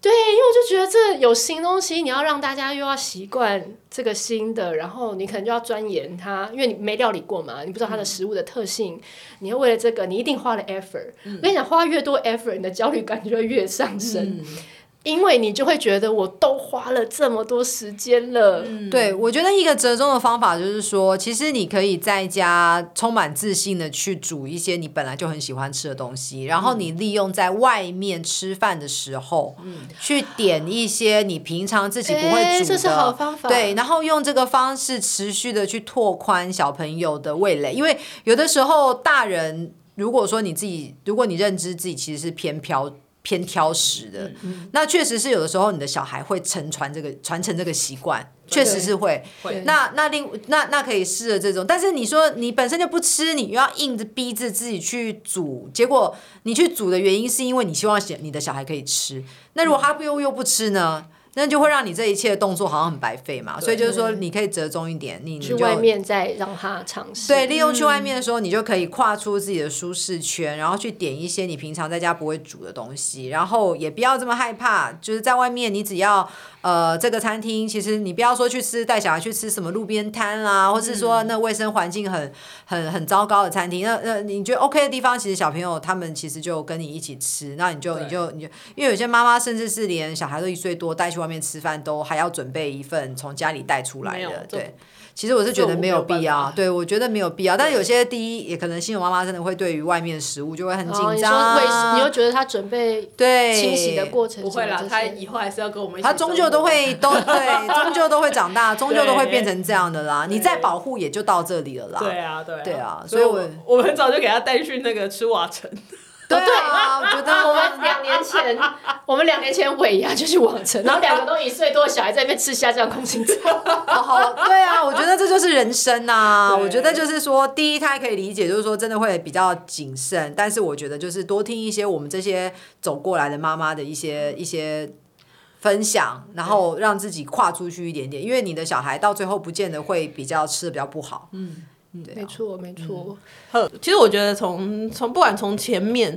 Speaker 2: 对，因为我就觉得这有新东西，你要让大家又要习惯这个新的，然后你可能就要钻研它，因为你没料理过嘛，你不知道它的食物的特性，你要为了这个，你一定花了 effort。我跟你讲，花越多 effort，你的焦虑感就会越上升，因为你就会觉得我都花了这么多时间了，
Speaker 1: 对，我觉得一个折中的方法就是说，其实你可以在家充满自信的去煮一些你本来就很喜欢吃的东西，然
Speaker 2: 嗯
Speaker 1: 后你利用在外面吃饭的时候，去点一些你平常自己不会
Speaker 2: 哎
Speaker 1: 煮的，
Speaker 2: 嗯这是好方法
Speaker 1: 对，然后用这个方式持续的去拓宽小朋友的味蕾，因为有的时候大人如果说你自己，如果你认知自己其实是偏飘。偏挑食的，那确实是有的时候你的小孩会承传这个传承这个习惯，确实是会。
Speaker 3: 会
Speaker 1: 那那另那那可以试着这种，但是你说你本身就不吃，你又要硬着逼着自己去煮，结果你去煮的原因是因为你希望小你的小孩可以吃。那如果他不又又不吃呢？那就会让你这一切的动作好像很白费嘛。所以就是说，你可以折中一点，你你
Speaker 2: 去
Speaker 1: 就
Speaker 2: 外面再让他尝试。
Speaker 1: 对，利用去外面的时候，你就可以跨出自己的舒适圈，然后去点一些你平常在家不会煮的东西，然后也不要这么害怕，就是在外面你只要呃这个餐厅，其实你不要说去吃带小孩去吃什么路边摊
Speaker 3: 嗯
Speaker 1: 啦，或是说那卫生环境很很很糟糕的餐厅，那那你觉得 OK 的地方，其实小朋友他们其实就跟你一起吃，那你就你就你就，因为有些妈妈甚至是连小孩都一岁多带去外面吃饭都还要准备一份从家里带出来
Speaker 3: 没有
Speaker 1: 的，
Speaker 3: 这
Speaker 1: 对。其实我是觉
Speaker 3: 这我
Speaker 1: 得没
Speaker 3: 没有
Speaker 1: 有必
Speaker 3: 办
Speaker 1: 要
Speaker 3: 法，
Speaker 1: 对我觉得没有必要。但有些第一，也可能新手妈妈真的会对于外面的食物就会很
Speaker 2: 哦，
Speaker 1: 紧
Speaker 2: 你
Speaker 1: 张
Speaker 2: 说
Speaker 1: 啊，
Speaker 2: 为你又觉得他准备
Speaker 1: 对
Speaker 2: 清洗的过程
Speaker 3: 不会啦
Speaker 2: 什，么
Speaker 3: 他
Speaker 2: 这些
Speaker 3: 以后还是要跟我们一起
Speaker 1: 他
Speaker 3: 生活。
Speaker 1: 终究都会都对，终究都会长大，终究都会变成这样的啦。你再保护也就到这里了啦。
Speaker 3: 对啊，对啊，
Speaker 1: 对啊
Speaker 3: 所以
Speaker 1: 所以
Speaker 3: 我我很早就给他带去那个吃瓦城，
Speaker 1: 对啊，我觉
Speaker 2: 哦我们
Speaker 1: 得
Speaker 2: 两年 前，我们两年前尾牙就去网城，然后两个都一岁多的小孩在那边吃虾酱空心 菜，
Speaker 1: 好好，对啊，我觉得这就是人生呐、
Speaker 3: 对
Speaker 1: 我觉得就是说，第一他可以理解，就是说真的会比较谨慎，但是我觉得就是多听一些我们这些走过来的妈妈的一些
Speaker 3: 嗯
Speaker 1: 一些分享，然后让自己跨出去一点点，因为你的小孩到最后不见得会比较吃的比较不好。嗯，对
Speaker 2: 没
Speaker 1: 啊，
Speaker 2: 错没错，
Speaker 3: 呵其实我觉得从从不管从前面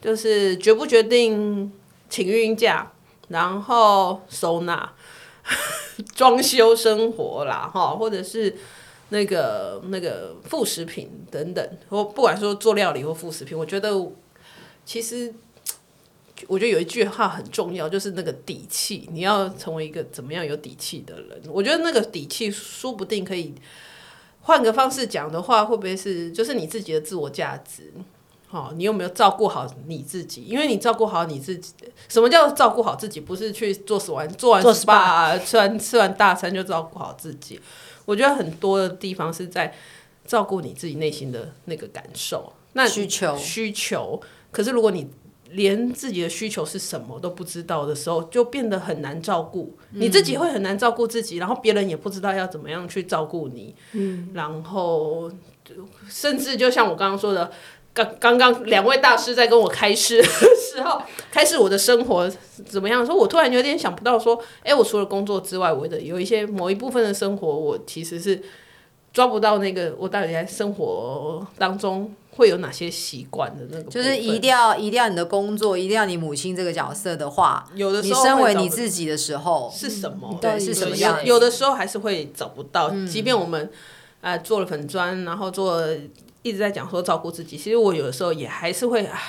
Speaker 3: 就是决不决定请孕假，然后收纳、 装修生活啦，哈，或者是那个那个副食品等等，或不管说做料理或副食品，我觉得其实。我觉得有一句话很重要，就是那个底气。你要成为一个怎么样有底气的人？我觉得那个底气，说不定可以换个方式讲的话，会不会是就是你自己的自我价值？好、你有没有照顾好你自己？因为你照顾好你自己，什么叫照顾好自己？不是去做死完做完
Speaker 2: 做
Speaker 3: SPA，啊吃完吃完大餐就照顾好自己。我觉得很多的地方是在照顾你自己内心的那个感受，那
Speaker 1: 需求
Speaker 3: 需求。可是如果你连自己的需求是什么都不知道的时候，就变得很难照顾，你自己会很难照顾自己，然后别人也不知道要怎么样去照顾你，嗯，然后甚至就像我刚刚说的。刚刚刚两位大师在跟我开示的 时候，开始我的生活怎么样？说我突然有点想不到，说，哎，我除了工作之外，我的有一些某一部分的生活，我其实是抓不到那个我到底在生活当中会有哪些习惯的那个部分，
Speaker 1: 就是一定要一定要你的工作，一定要你母亲这个角色的话，
Speaker 3: 有的
Speaker 1: 你
Speaker 3: 时候会
Speaker 1: 身为
Speaker 3: 找
Speaker 1: 你
Speaker 3: 不
Speaker 1: 自己的时候，
Speaker 3: 是什么？
Speaker 1: 对
Speaker 2: 是
Speaker 3: 有
Speaker 2: 什么
Speaker 3: 有
Speaker 2: 样子
Speaker 3: 有的时候还是会找不到，即便我们呃做了粉砖，然后做一直在讲说照顾自己，其实我有的时候也还是会啊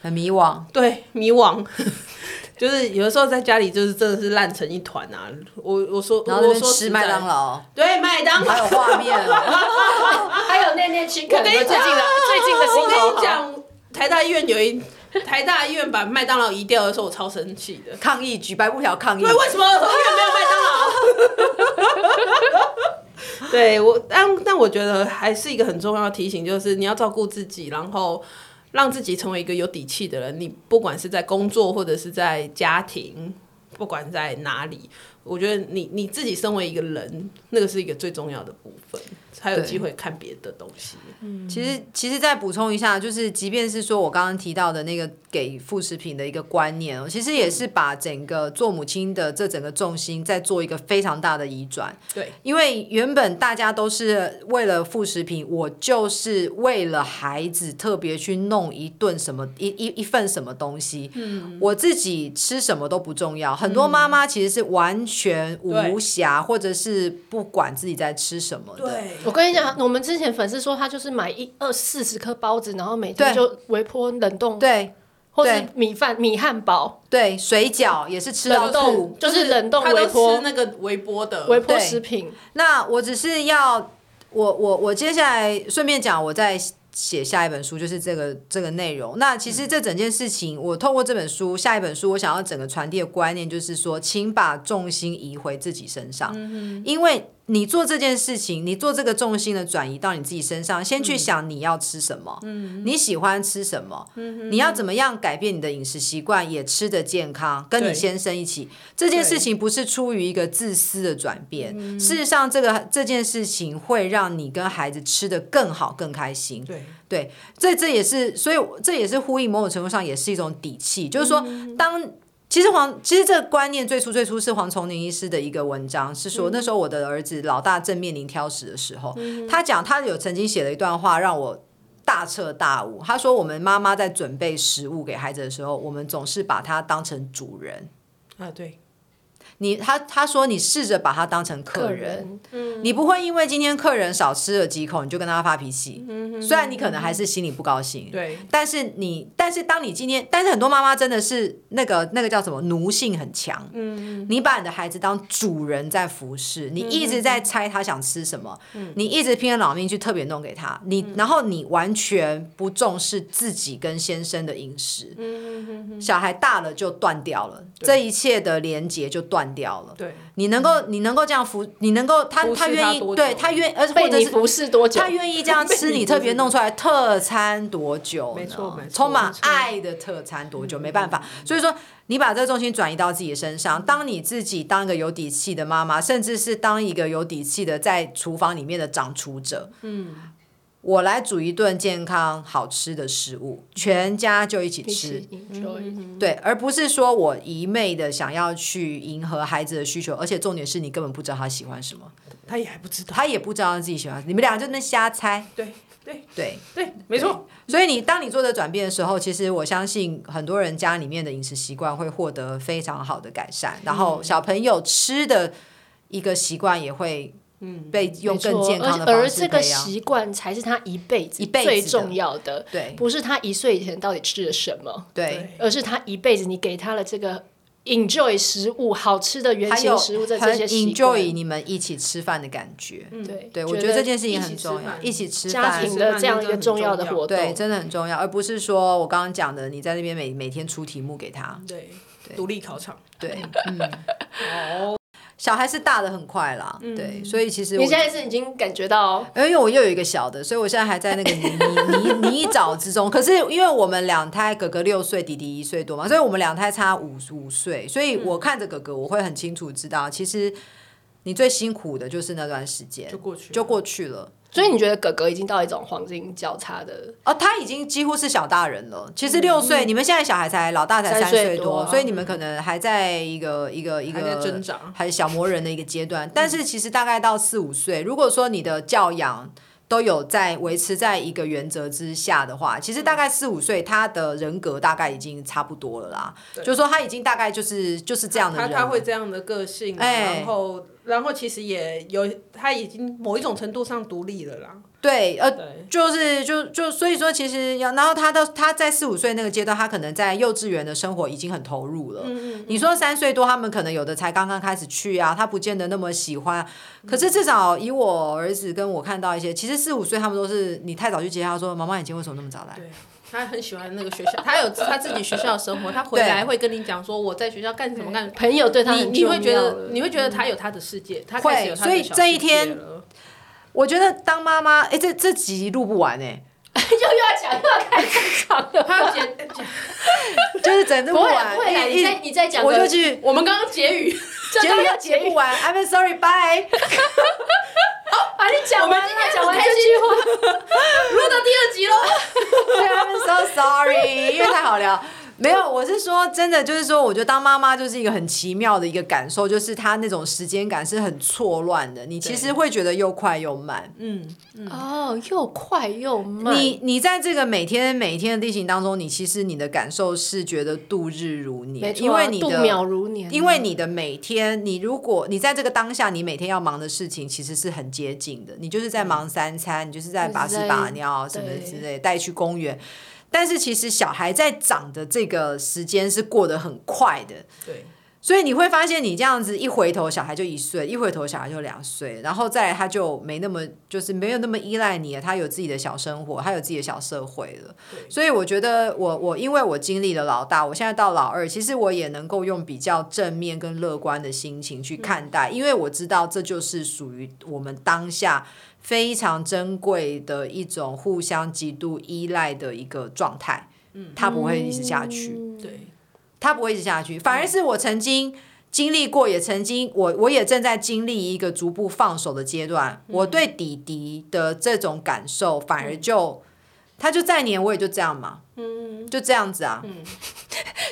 Speaker 1: 很迷惘。
Speaker 3: 对迷惘。 就是有的时候在家里，就是真的是烂成一团啊！我我说
Speaker 1: 然后那
Speaker 3: 我
Speaker 1: 边
Speaker 3: 说
Speaker 1: 吃
Speaker 3: 实
Speaker 1: 麦
Speaker 3: 在
Speaker 1: 当，劳，
Speaker 3: 对麦当劳
Speaker 1: 还有画 面啊，
Speaker 2: 还有那那 chicken
Speaker 3: 我跟你
Speaker 2: 最近的
Speaker 3: 讲
Speaker 2: 最近的
Speaker 3: 我
Speaker 2: 新
Speaker 3: 跟
Speaker 2: 头
Speaker 3: 你讲，台大医院有一台大医院把麦当劳移掉的时候，我超生气的。
Speaker 1: 抗议举白布条抗议
Speaker 3: 对，，哎为什么我永远没有麦当劳？ 对我，但但我觉得还是一个很重要的提醒，就是你要照顾自己，然后让自己成为一个有底气的人。你不管是在工作，或者是在家庭，不管在哪里，我觉得你你自己身为一个人，那个是一个最重要的部分。才有机会看别的东西。
Speaker 1: 其
Speaker 3: 嗯
Speaker 1: 实，其实再补充一下，就是即便是说我刚刚提到的那个给副食品的一个观念哦，其实也
Speaker 3: 嗯
Speaker 1: 是把整个做母亲的这整个重心在做一个非常大的移转。
Speaker 3: 对，
Speaker 1: 因为原本大家都是为了副食品，我就是为了孩子特别去弄一顿什么一一一份什么东西，嗯，我自己吃什么都不重要。很多妈妈其实是完全无
Speaker 3: 嗯对
Speaker 1: 暇，或者是不管自己在吃什么的。
Speaker 2: 我跟你讲，我们之前粉丝说他就是买一二四十颗包子，然后每天
Speaker 1: 对
Speaker 2: 就微波冷冻，
Speaker 1: 对，
Speaker 2: 或
Speaker 1: 对
Speaker 2: 是米饭、米汉堡
Speaker 1: 对，水饺也是吃到
Speaker 2: 冷冻
Speaker 1: 吐。
Speaker 2: 就是冷冻
Speaker 3: 他都
Speaker 2: 微波
Speaker 3: 吃那个微波的，
Speaker 2: 微波
Speaker 1: 对
Speaker 2: 食品。
Speaker 1: 那我只是要，我我我接下来顺便讲，我再写下一本书，就是这个这个内容。那其实这整件事情，我透过这本书，下一本书，我想要整个传递的观念就是说，请把重心移回自己身上，因为。你做这件事情，你做这个重心的转移到你自己身上，先去想你要吃什么，你喜欢吃什么，你要怎么样改变你的饮食习惯，也吃的健康，跟你
Speaker 3: 对
Speaker 1: 先生一起，这件事情不是出于一个自私的转变，事实上，这个这件事情会让你跟孩子吃的更好、更开心。
Speaker 3: 对
Speaker 1: 对，这这也是，所以这也是呼应某种程度上也是一种底气，就是说，当其实黄，其实这个观念最初最初是黄崇宁医师的一个文章，是说那时候我的儿子老大正面临挑食的时候，他讲他有曾经写了一段话让我。大彻大悟，他说：“我们妈妈在准备食物给孩子的时候，我们总是把他当成主人。
Speaker 3: 啊对，
Speaker 1: 你他他说你试着把他当成客
Speaker 2: 个
Speaker 1: 人，嗯
Speaker 2: 人
Speaker 1: 你不会因为今天客人少吃了几口，你就跟他发脾气。虽然你可能还是心里不高兴，
Speaker 3: 对，
Speaker 1: 但是你，但是当你今天，但是很多妈妈真的是那个那个叫什么奴性很强。嗯，你把你的孩子当主人在服侍，你一直在猜他想吃什么，你一直拼了老命去特别弄给他，你、然后你完全不重视自己跟先生的饮食。小孩大了就断掉了，这一切的连接就断掉了。
Speaker 3: 对，
Speaker 1: 你能够，你能够这样服，你能够，他
Speaker 3: 服侍
Speaker 1: 他愿
Speaker 3: 他
Speaker 1: 意，
Speaker 3: 多
Speaker 1: 对
Speaker 3: 久
Speaker 1: 他愿，而且
Speaker 2: 被
Speaker 1: 或者
Speaker 2: 你
Speaker 1: 是
Speaker 2: 服侍多久？
Speaker 1: 他愿意这样吃你特别弄出来特餐多久呢？
Speaker 3: 没错嗯没错
Speaker 1: 充满
Speaker 3: 没错
Speaker 1: 爱的特餐多久？没办法，所以说你把这个重心转移到自己身上，当你自己当一个有底气的妈妈，甚至是当一个有底气的在厨房里面的掌厨者，嗯。我来煮一顿健康好吃的食物，全家就一嗯起
Speaker 2: 一
Speaker 1: 吃
Speaker 2: 起。enjoy，
Speaker 1: 对，而不是说我一昧的想要去迎合孩子的需求，而且重点是你根本不知道他喜欢什么，
Speaker 3: 他也还不知道，
Speaker 1: 他也不知道他自己喜欢什么，你们俩就在那边瞎猜。
Speaker 3: 对对
Speaker 1: 对，
Speaker 3: 对，没错，
Speaker 1: 所以你当你做的转变的时候，其实我相信很多人家里面的饮食习惯会获得非常好的改善，然后
Speaker 2: 嗯
Speaker 1: 小朋友吃的一个习惯也会嗯被用更健康的方
Speaker 2: 而而
Speaker 1: 式
Speaker 2: 这个
Speaker 1: 培养。
Speaker 2: 习惯才是他一辈子
Speaker 1: 一辈子的
Speaker 2: 最重要的，
Speaker 1: 对
Speaker 2: 不是他一岁以前到底吃了什么，
Speaker 1: 对，
Speaker 2: 而是他一辈子你给他了这个 enjoy 食物、好吃的原
Speaker 1: 还有
Speaker 2: 型食物
Speaker 1: 很
Speaker 2: 的这些习惯嗯
Speaker 1: enjoy 你们一起吃饭的感觉。
Speaker 2: 对
Speaker 1: 对，我觉得这件事情很重要，
Speaker 3: 一
Speaker 1: 一起吃
Speaker 2: 家
Speaker 1: 饭
Speaker 2: 庭。的这样一个重要的活
Speaker 1: 对，
Speaker 2: 动，
Speaker 1: 真的很重要，而不是说我刚刚讲的，你在那边每每天出题目给他。
Speaker 2: 嗯
Speaker 3: 对，独立考场，
Speaker 1: 对，嗯
Speaker 3: 哦，
Speaker 1: 小孩是大的很快啦，对，所以其实我
Speaker 2: 嗯你现在是已经感觉到
Speaker 1: 因为我又有一个小的，所以我现在还在那个泥 泥泥泥沼之中。可是因为我们两胎，哥哥六岁，弟弟一岁多嘛，所以我们两胎差五五岁，所以我看着哥哥，我会很清楚知道，其实你最辛苦的就是那段时间，
Speaker 3: 就过去了
Speaker 1: 就过去了。
Speaker 2: 所以你觉得哥哥已经到一种黄金交叉的，
Speaker 1: 哦，他已经几乎是小大人了。其实六
Speaker 3: 嗯
Speaker 1: 岁，你们现在小孩才老大才
Speaker 2: 三
Speaker 1: 三
Speaker 2: 岁
Speaker 1: 岁
Speaker 2: 多
Speaker 1: 多，所以你们可能还在一个一个一
Speaker 3: 还在
Speaker 1: 个
Speaker 3: 挣扎
Speaker 1: 还是小魔人的一个阶段。但是其实大概到四五岁，如果说你的教养都有在维持在一个原则之下的话，其实大概四五岁，他的人格大概已经差不多了啦。就是说他已经大概就是就是这样的
Speaker 3: 他
Speaker 1: 人
Speaker 3: 他
Speaker 1: 了。
Speaker 3: 会这样的个性，
Speaker 1: 哎
Speaker 3: 然后然后其实也有他已经某一种程度上独立了啦，
Speaker 1: 对，呃，
Speaker 3: 对
Speaker 1: 就是就就所以说，其实要，然后他到他在四五岁那个阶段，他可能在幼稚园的生活已经很投入了。
Speaker 2: 嗯
Speaker 1: 你说三岁多，他们可能有的才刚刚开始去啊，他不见得那么喜欢。可是至少以我儿子跟我看到一些，其实四五岁他们都是你太早去接他说，妈妈你今天为什么那么早来？
Speaker 3: 对。他很喜欢那个学校， 他有他自己学校的生活，他回来会跟你讲说我在学校干什么干什么。
Speaker 2: 朋友对他
Speaker 3: 你
Speaker 2: 很
Speaker 3: 你
Speaker 2: 重要
Speaker 3: 会觉
Speaker 2: 了
Speaker 3: 得你会觉得他有他的世界，他开始有他
Speaker 1: 所
Speaker 3: 的
Speaker 1: 以
Speaker 3: 小
Speaker 1: 这一
Speaker 3: 世界
Speaker 1: 天
Speaker 3: 了
Speaker 1: 我觉得当妈妈，哎，这这集录不完哎、
Speaker 2: 又又要讲又要开战场 了，
Speaker 3: 他 简简
Speaker 1: 就是整录
Speaker 2: 不会
Speaker 1: 完
Speaker 2: 不，会啦，
Speaker 1: 一
Speaker 2: 你再
Speaker 1: 一
Speaker 2: 你再讲个，
Speaker 1: 我就去
Speaker 3: 我们刚刚结语，
Speaker 2: 这
Speaker 1: 节
Speaker 2: 都
Speaker 1: 目
Speaker 2: 要
Speaker 1: 要
Speaker 2: 结
Speaker 1: 节
Speaker 2: 语
Speaker 1: 目完，I'm sorry，bye。
Speaker 2: 把啊你讲完了，讲完这句话，录到第二集喽。
Speaker 1: I'm so sorry，因为太好聊。没有，我是说真的，就是说，我觉得当妈妈就是一个很奇妙的一个感受，就是她那种时间感是很错乱的，你其实会觉得又快又慢。
Speaker 3: 嗯，
Speaker 2: 哦，又快又慢。
Speaker 1: 你你在这个每天每天的例行当中，你其实你的感受是觉得度日如
Speaker 2: 没
Speaker 1: 年，
Speaker 2: 错啊
Speaker 1: 因为你
Speaker 2: 度
Speaker 1: 的
Speaker 2: 秒如年啊，
Speaker 1: 因为你的每天，你如果你在这个当下，你每天要忙的事情其实是很接近的，你就是在忙三餐，你就是在把屎把尿什
Speaker 2: 就是
Speaker 1: 么
Speaker 2: 在
Speaker 1: 之类，带去公园。但是其实小孩在长的这个时间是过得很快的，
Speaker 3: 对，
Speaker 1: 所以你会发现，你这样子一回头，小孩就一岁；一回头，小孩就两岁，然后再来他就没那么就是没有那么依赖你了，他有自己的小生活，他有自己的小社会了。所以我觉得我，我因为我经历了老大，我现在到老二，其实我也能够用比较正面跟乐观的心情去看待，因为我知道这就是属于我们当下。非常珍贵的一种互相极度依赖的一个状态，嗯，它不会一直下去，
Speaker 3: 对，
Speaker 1: 它不会一直
Speaker 2: 嗯
Speaker 1: 下去，反而是我曾经经历过，也曾经我我也正在经历一个逐步放手的阶段。
Speaker 2: 嗯
Speaker 1: 我对弟弟的这种感受，反而
Speaker 2: 嗯
Speaker 1: 就他就再黏我也就这样嘛，嗯，就这样子啊。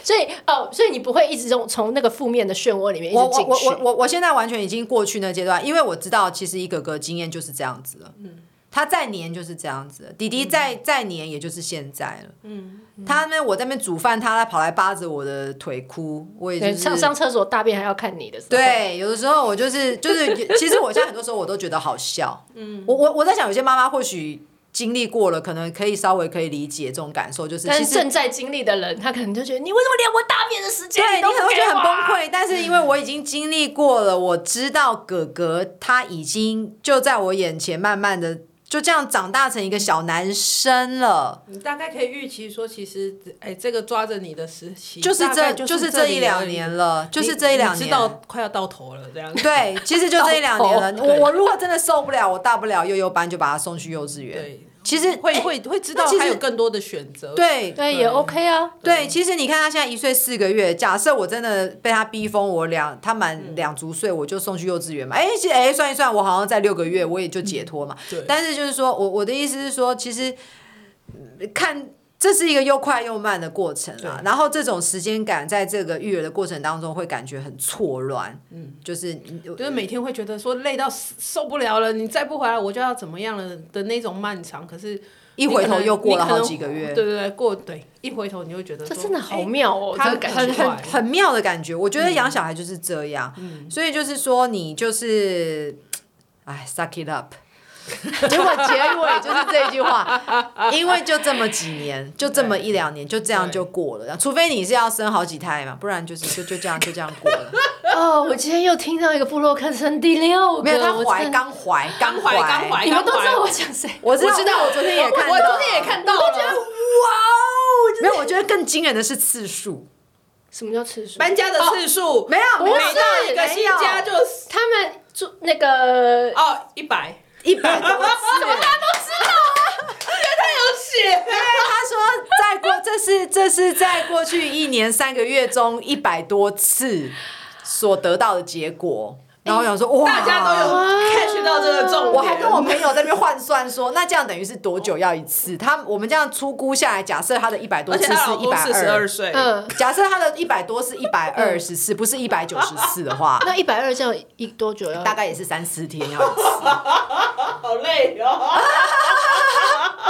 Speaker 2: 所以哦，所以你不会一直从从那个负面的漩涡里面一
Speaker 1: 我我
Speaker 2: 直进
Speaker 1: 我
Speaker 2: 去。
Speaker 1: 我我我现在完全已经过去那阶段，因为我知道其实一个个经验就是这样子了，
Speaker 2: 嗯
Speaker 1: 他再黏就是这样子了，弟弟再、再黏也就是现在了，
Speaker 2: 嗯
Speaker 1: 他呢我在那边煮饭，他跑来扒着我的腿哭，我也就
Speaker 2: 对
Speaker 1: 是
Speaker 2: 上上厕所大便还要看你的时
Speaker 1: 嗯
Speaker 2: 候，，
Speaker 1: 对，有的时候 我就是就是，其实我现在很多时候我都觉得好笑。嗯，我我我在想，有些妈妈或许经历过了，可能可以稍微可以理解这种感受，就是
Speaker 2: 但
Speaker 1: 其
Speaker 2: 是
Speaker 1: 实
Speaker 2: 正在经历的人，他可能就觉得你为什么连我大便的时间
Speaker 1: 对你
Speaker 2: 都
Speaker 1: 可能
Speaker 2: 不
Speaker 1: 会
Speaker 2: 给
Speaker 1: 觉得
Speaker 2: 我
Speaker 1: 很崩
Speaker 2: 啊？
Speaker 1: 溃，但是因为我已经经历过了，我知道哥哥他已经就在我眼前，慢慢的就这样长大成一个小男生了。
Speaker 3: 你大概可以预期说，其实哎，这个抓着你的时期，
Speaker 1: 就是
Speaker 3: 大
Speaker 1: 这
Speaker 3: 概，
Speaker 1: 就是是这
Speaker 3: 里
Speaker 1: 一两
Speaker 3: 而已
Speaker 1: 年，了，就是
Speaker 3: 你
Speaker 1: 这一两
Speaker 3: 你
Speaker 1: 年，
Speaker 3: 知道快要到头了，这样子。
Speaker 1: 对，其实就这一两 年了。
Speaker 2: 到头
Speaker 1: 我我如果真的受不了，我大不了幼幼班就把他送去幼稚园。
Speaker 3: 对，
Speaker 1: 其实
Speaker 3: 会会会知道
Speaker 1: 那其实
Speaker 3: 还有更多的选择。
Speaker 1: 对
Speaker 2: 对，也 OK 啊。
Speaker 1: 对，其实你看他现在一岁四个月，假设我真的被他逼疯，我两他满两足岁我就送去幼稚园嘛。哎、其实哎、算一算，我好像在六个月我也就解脱嘛。
Speaker 3: 嗯对
Speaker 1: 但是就是说我我的意思是说，其实嗯看。这是一个又快又慢的过程啊，然后这种时间感在这个育儿的过程当中会感觉很错乱，嗯，就是
Speaker 3: 就是每天会觉得说累到死受不了了，你再不回来我就要怎么样了的那种漫长。可是你
Speaker 1: 一
Speaker 3: 可
Speaker 1: 回
Speaker 3: 能
Speaker 1: 头又过了
Speaker 3: 你可能
Speaker 1: 好几个月，
Speaker 3: 对对对，过对一回头你会觉得
Speaker 2: 这
Speaker 3: 说
Speaker 2: 真的好
Speaker 3: 哎
Speaker 2: 妙哦，
Speaker 3: 他
Speaker 2: 这个感
Speaker 1: 嗯很
Speaker 2: 觉
Speaker 1: 很
Speaker 3: 觉
Speaker 1: 很妙的感觉。我觉得养小孩就是这样，所以就是说你就是，哎，suck it up。结果结尾就是这句话，因为就这么几年，就这么一两年，就这样就过了。除非你是要生好几胎嘛，不然就是就就这样就这样过 了。
Speaker 2: 哦！我今天又听到一个布洛克生第六个，
Speaker 1: 没有，她
Speaker 2: 我
Speaker 1: 怀
Speaker 2: 真的
Speaker 1: 刚怀刚
Speaker 3: 怀刚怀
Speaker 2: 你们都知道我讲谁？
Speaker 1: 我知道，
Speaker 3: 我知道
Speaker 1: 我昨天也看到，哦
Speaker 3: 我 昨天也看到了，
Speaker 1: 没有，我觉得更惊人的是次数，
Speaker 2: 什么叫次数？
Speaker 3: 搬家的次数、
Speaker 1: 哦没有，没有
Speaker 3: 每到一个
Speaker 1: 没
Speaker 3: 新
Speaker 1: 有
Speaker 3: 家就是
Speaker 2: 他们住那个
Speaker 3: 哦一百，
Speaker 1: 一百多次，
Speaker 3: 有血。
Speaker 1: 对，他说在过，这是这是在过去一年三个月中一百多次所得到的结果。然后我想说，哇，
Speaker 3: 大家都有 catch 到这个重点。
Speaker 1: 我还跟我朋友在那边换算说，那这样等于是多久要一次？他我们这样粗估下来，假设他的一百多
Speaker 3: 而
Speaker 1: 次
Speaker 3: 且她
Speaker 1: 是
Speaker 3: 老
Speaker 1: 一
Speaker 3: 公
Speaker 1: 百
Speaker 3: 四十二
Speaker 1: 二，
Speaker 3: 岁，
Speaker 2: 嗯，
Speaker 1: 假设他的一百多是一百二十次，不是一百九十次的话，
Speaker 2: 那一百二这样一多久要？
Speaker 1: 大概也是三四天要一次。
Speaker 3: 好累哦。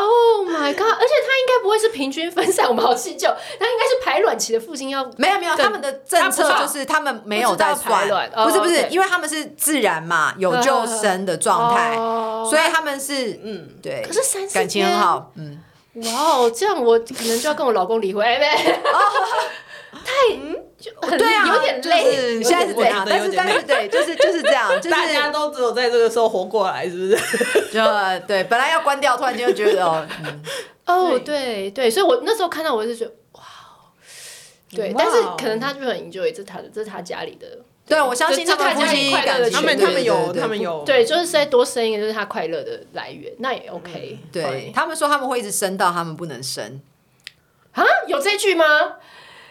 Speaker 2: Oh my god！而且他应该不会是平均分散，我们好细究，他应该是排卵期的附近要
Speaker 1: 没有没有，
Speaker 2: 更
Speaker 1: 他们的政策
Speaker 3: 他不
Speaker 1: 就是是他们没有在
Speaker 2: 不知道排
Speaker 1: 算
Speaker 2: 卵，哦
Speaker 1: 不是不是
Speaker 2: OK，
Speaker 1: 因为他们是自然嘛，有救生的状态，
Speaker 2: 哦
Speaker 1: 所以他们是嗯对。
Speaker 2: 可是三四
Speaker 1: 感情很好，嗯，
Speaker 2: 哇哦，这样我可能就要跟我老公离婚，哎没，太就很
Speaker 1: 对啊，
Speaker 2: 有点
Speaker 1: 就
Speaker 2: 累，
Speaker 1: 是你现在是这样，
Speaker 3: 我觉得
Speaker 1: 但
Speaker 3: 有点
Speaker 1: 是但是对，就是就是这样，就
Speaker 3: 大家
Speaker 1: 是
Speaker 3: 都只有在这个时候活过来，是不是？
Speaker 1: 就对，本来要关掉，突然间就觉得 哦，嗯
Speaker 2: 哦对对，所以我那时候看到我就觉得哇哦，对，
Speaker 3: 哇哦
Speaker 2: 但是可能他就很 enjoy，这是他的，这是他家里的，
Speaker 1: 对我相信
Speaker 2: 就
Speaker 1: 他
Speaker 2: 是
Speaker 1: 们夫
Speaker 2: 大家很
Speaker 1: 妻
Speaker 2: 快乐
Speaker 1: 感
Speaker 2: 的
Speaker 1: 觉，
Speaker 3: 他们
Speaker 1: 对
Speaker 3: 他们有，
Speaker 1: 对对
Speaker 3: 他们有，
Speaker 2: 对，就是再多生一个就是他快乐的来源，那
Speaker 3: 嗯
Speaker 2: 也 OK，
Speaker 1: 对
Speaker 2: fine，
Speaker 1: 他们说他们会一直生到他们不能生，
Speaker 2: 啊，有这句吗？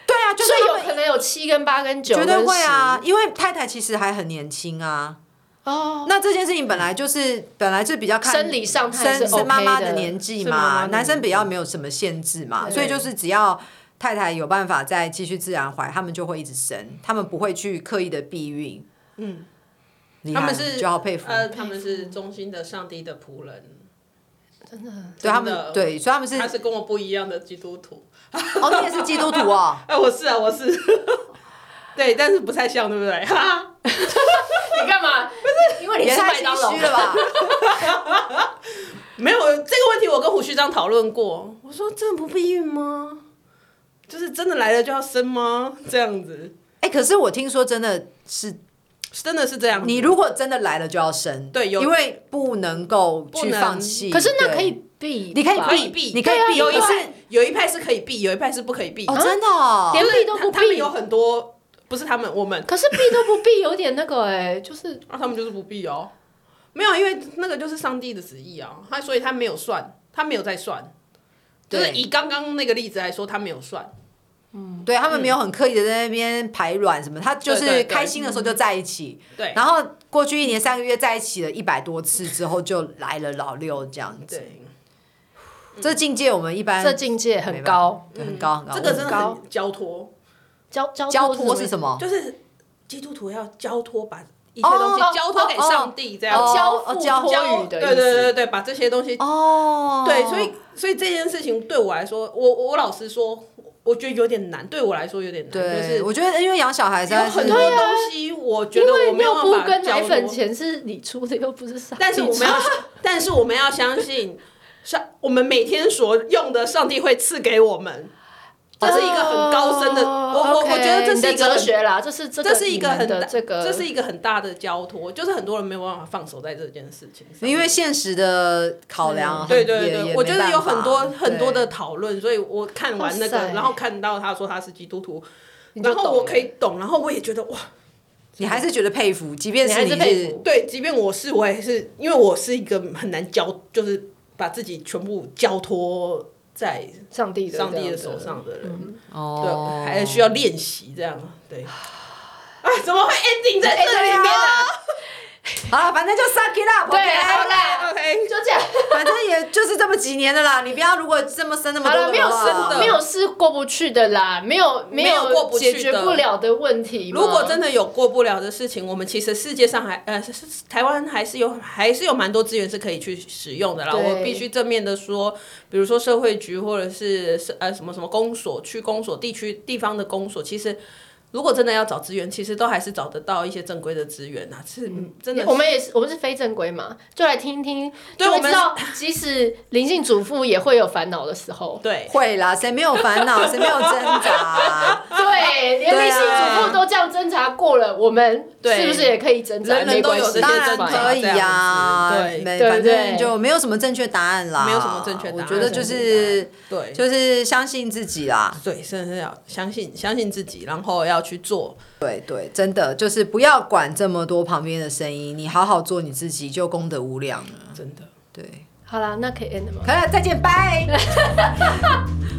Speaker 1: 对啊，就是
Speaker 2: 所以
Speaker 1: 他
Speaker 2: 有
Speaker 1: 们
Speaker 2: 可能有七跟八跟九，
Speaker 1: 绝对会啊，，因为太太其实还很年轻啊，
Speaker 2: 哦，
Speaker 1: 那这件事情本来就是本来就比较看
Speaker 2: 生理上它也是
Speaker 1: 生
Speaker 2: OK
Speaker 1: 生妈妈
Speaker 2: 的
Speaker 1: 的年纪
Speaker 3: 是妈妈
Speaker 1: 嘛，
Speaker 3: 的
Speaker 1: 男生比较没有什么限制嘛，
Speaker 3: 对
Speaker 1: 所以就是只要太太有办法再继续自然怀，他们就会一直生，他们不会去刻意的避孕。
Speaker 3: 嗯，
Speaker 1: 厉害
Speaker 3: 他们是
Speaker 1: 就好佩服，
Speaker 3: 呃，他们是中心的上帝的仆人，
Speaker 2: 真的
Speaker 1: 对他
Speaker 3: 真的
Speaker 1: 们对，所以他们是
Speaker 3: 他是跟我不一样的基督徒。
Speaker 1: 哦，你也是基督徒哦。
Speaker 3: 哎，我是啊，我是， 对，但是不太像，对不对？ 哈哈
Speaker 2: 你 干嘛？不 是因为你
Speaker 1: 也
Speaker 2: 是
Speaker 1: 太
Speaker 2: 麦当劳
Speaker 1: 心虚了吧？
Speaker 3: 没有这个问题，我跟胡旭章讨论过，我说真的不避孕吗？就是真的来了就要生吗？这样子，
Speaker 1: 哎、可是我听说真的是，
Speaker 3: 真的是这样子。
Speaker 1: 你如果真的来了就要生，
Speaker 3: 嗯对有
Speaker 1: 因为不能够
Speaker 3: 不
Speaker 1: 去
Speaker 3: 能
Speaker 1: 放弃。
Speaker 2: 可是那
Speaker 1: 对
Speaker 2: 可，以避吧，
Speaker 1: 你可以
Speaker 3: 可以
Speaker 1: 避
Speaker 3: 避，
Speaker 1: 你可以
Speaker 3: 对啊
Speaker 1: 避
Speaker 3: 有一
Speaker 1: 可是
Speaker 3: 派有一派是可以避，有一派是不可以避。
Speaker 2: 啊
Speaker 1: 哦，真的哦，
Speaker 2: 连避都
Speaker 3: 他
Speaker 2: 不
Speaker 3: 他们
Speaker 2: 避
Speaker 3: 有。很多，不是他们，我们，
Speaker 2: 可是避都不避，有点那个 哎、就是
Speaker 3: 啊，他们就是不避哦。没有，因为那个就是上帝的旨意啊，他所以他没有算，他没有在算。就是
Speaker 1: 对
Speaker 3: 以刚刚那个例子来说，他没有算，
Speaker 1: 对他们没有很刻意的在那边排卵什么，他就
Speaker 3: 嗯对对对
Speaker 1: 是开心的时候就在一起，
Speaker 3: 对
Speaker 1: 然后过去一年三个月在一起了一百多次之后，就来了老六这样子。
Speaker 3: 对，嗯
Speaker 1: 这境界我们一般
Speaker 2: 这境界很高，嗯
Speaker 1: 对很高很高，
Speaker 3: 这个真的
Speaker 1: 我们
Speaker 3: 很交托，
Speaker 2: 交交
Speaker 1: 交
Speaker 2: 托
Speaker 1: 托是什么？
Speaker 2: 么？
Speaker 3: 就是基督徒要交托，把一切东
Speaker 2: 哦
Speaker 3: 西交托给上帝，这样
Speaker 1: 哦
Speaker 2: 交
Speaker 1: 哦
Speaker 2: 付
Speaker 1: 交
Speaker 2: 托
Speaker 3: 交
Speaker 2: 语的
Speaker 3: 对对
Speaker 2: 意思。
Speaker 3: 对对对，把这些东西
Speaker 1: 哦，
Speaker 3: 对，所以所以这件事情对我来说，我我老实说，我我觉得有点难，对我来说有点难，就
Speaker 1: 对，
Speaker 3: 是
Speaker 1: 我觉得因为养小孩实
Speaker 3: 有
Speaker 1: 在是
Speaker 3: 很多东西，我觉得我
Speaker 2: 因为
Speaker 3: 没有
Speaker 2: 尿布
Speaker 3: 办法
Speaker 2: 跟
Speaker 3: 交
Speaker 2: 奶粉
Speaker 3: 托。
Speaker 2: 钱是你出的，又不是上帝
Speaker 3: 但是我们要
Speaker 2: 出，
Speaker 3: 但是我们要相信，上我们每天所用的，上帝会赐给我们。这是一个很高深的，
Speaker 2: 哦
Speaker 3: 我我我
Speaker 2: 呃 OK，
Speaker 3: 觉得这
Speaker 2: 你
Speaker 3: 是
Speaker 2: 的
Speaker 3: 一个
Speaker 2: 哲
Speaker 3: 很
Speaker 2: 学啦，这是这
Speaker 3: 这是一个
Speaker 2: 你们
Speaker 3: 很
Speaker 2: 的
Speaker 3: 大
Speaker 2: 这个，
Speaker 3: 这是一个很大的交托，就是很多人没有办法放手在这件事情上。
Speaker 1: 因为现实的考量很，
Speaker 3: 对对
Speaker 1: 也
Speaker 3: 对，
Speaker 1: 也
Speaker 3: 我觉得
Speaker 1: 没
Speaker 3: 有
Speaker 1: 办法
Speaker 3: 很多很多的
Speaker 1: 对
Speaker 3: 讨论，所以我看完那个
Speaker 2: 哇，塞
Speaker 3: 然后看到他说他是基督徒，
Speaker 2: 你就
Speaker 3: 然
Speaker 2: 懂
Speaker 3: 后我
Speaker 2: 了
Speaker 3: 可以懂，然后我也觉得哇，
Speaker 1: 你还是觉得佩服，即便
Speaker 2: 你
Speaker 1: 是
Speaker 2: 还
Speaker 1: 你
Speaker 2: 是佩服
Speaker 3: 对，即便我是我也是，因为我是一个很难交，就是把自己全部交托在
Speaker 2: 上帝的
Speaker 3: 上帝
Speaker 2: 这样
Speaker 3: 的
Speaker 2: 子
Speaker 3: 手上的人，
Speaker 1: 哦
Speaker 3: 对，，还需要练习这样，对。啊，怎么会 ending 在这
Speaker 1: 哎
Speaker 3: 里面啊？
Speaker 1: 好了，反正就 suck it up，
Speaker 2: 对
Speaker 1: OK？
Speaker 2: 好啦
Speaker 3: OK，
Speaker 2: 就这样。
Speaker 1: 反正也就是这么几年的啦，你不要如果这么生那么
Speaker 2: 好
Speaker 1: 多
Speaker 2: 了，没有
Speaker 1: 话
Speaker 2: 事，没有事过不去的啦，没有没
Speaker 3: 没有过不去
Speaker 2: 解
Speaker 3: 的
Speaker 2: 决不了的问题嘛。
Speaker 3: 如果真的有过不了的事情，我们其实世界上还呃，是是台湾还是有还是有蛮多资源是可以去使用的啦。
Speaker 2: 对
Speaker 3: 我必须正面的说，比如说社会局或者是是呃什么什么公所、区公所、地区地方的公所，其实如果真的要找资源，其实都还是找得到一些正规的资源呐、是、真的是
Speaker 2: 我们也是，我们是非正规嘛，就来听听，
Speaker 3: 对
Speaker 2: 就会
Speaker 3: 我们，
Speaker 2: 知道，即使灵性主妇也会有烦恼的时候
Speaker 3: 对。
Speaker 1: 会啦，谁没有烦恼，谁没有挣扎？
Speaker 2: 对，连
Speaker 1: 对
Speaker 2: 灵性
Speaker 1: 啊
Speaker 2: 主妇都这样挣扎过了，我们
Speaker 3: 对
Speaker 2: 是不是也可以挣扎？
Speaker 3: 人人
Speaker 2: 没
Speaker 3: 都有
Speaker 2: 关系
Speaker 3: 这些
Speaker 1: 当
Speaker 3: 挣
Speaker 1: 然
Speaker 3: 扎
Speaker 1: 可以呀、
Speaker 3: 这样子对
Speaker 1: 没
Speaker 2: 对不
Speaker 1: 反
Speaker 2: 对
Speaker 1: 正就没有什么正确答案啦，
Speaker 3: 没有什么正确答案
Speaker 1: 我觉得就是
Speaker 3: 对
Speaker 1: 就是相信自己啦，
Speaker 3: 对，真的是要相信相信自己，然后要去做。
Speaker 1: 对对，真的就是不要管这么多旁边的声音，你好好做你自己，就功德无量了。
Speaker 3: 真的，
Speaker 1: 对，
Speaker 2: 好啦，那可以 end 了吗？
Speaker 1: 可以再见， 拜。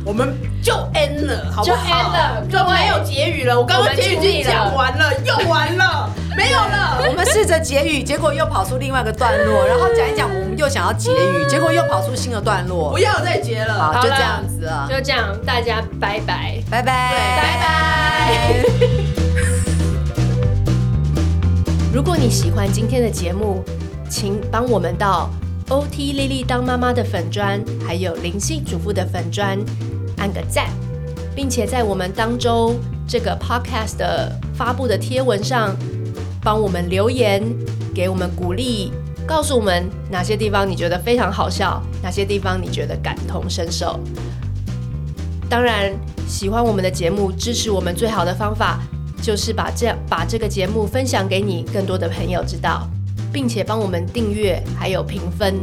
Speaker 3: 我们就 end 了，好不
Speaker 2: 就
Speaker 3: 好
Speaker 2: end 了
Speaker 3: 就没有结语了。我刚刚结语已经讲完了，用完了，没有了。
Speaker 1: 我们试着结语，结果又跑出另外一个段落，然后讲一讲，我们又想要结语，结果又跑出新的段落
Speaker 3: 不。要再结了。
Speaker 1: 好，
Speaker 2: 好
Speaker 1: 就
Speaker 2: 啦
Speaker 1: 这样子啊，
Speaker 2: 就这样，大家拜拜。
Speaker 1: 拜拜。
Speaker 2: 拜。如果你喜欢今天的节目，请帮我们到 OT 莉莉当妈妈的粉砖，还有灵性主妇的粉砖按个赞，并且在我们当周这个 podcast 的发布的贴文上帮我们留言，给我们鼓励，告诉我们哪些地方你觉得非常好笑，哪些地方你觉得感同身受。当然，喜欢我们的节目，支持我们最好的方法就是把这把这个节目分享给你更多的朋友知道，并且帮我们订阅还有评分，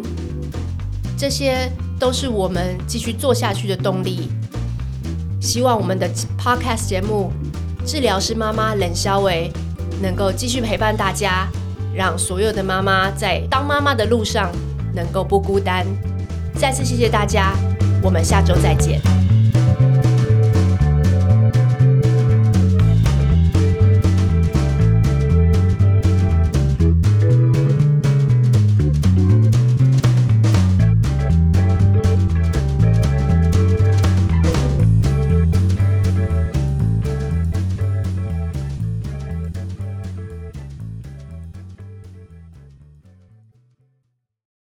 Speaker 2: 这些都是我们继续做下去的动力。希望我们的 podcast 节目《治疗师妈妈冷肖维》能够继续陪伴大家，让所有的妈妈在当妈妈的路上能够不孤单。再次谢谢大家，我们下周再见。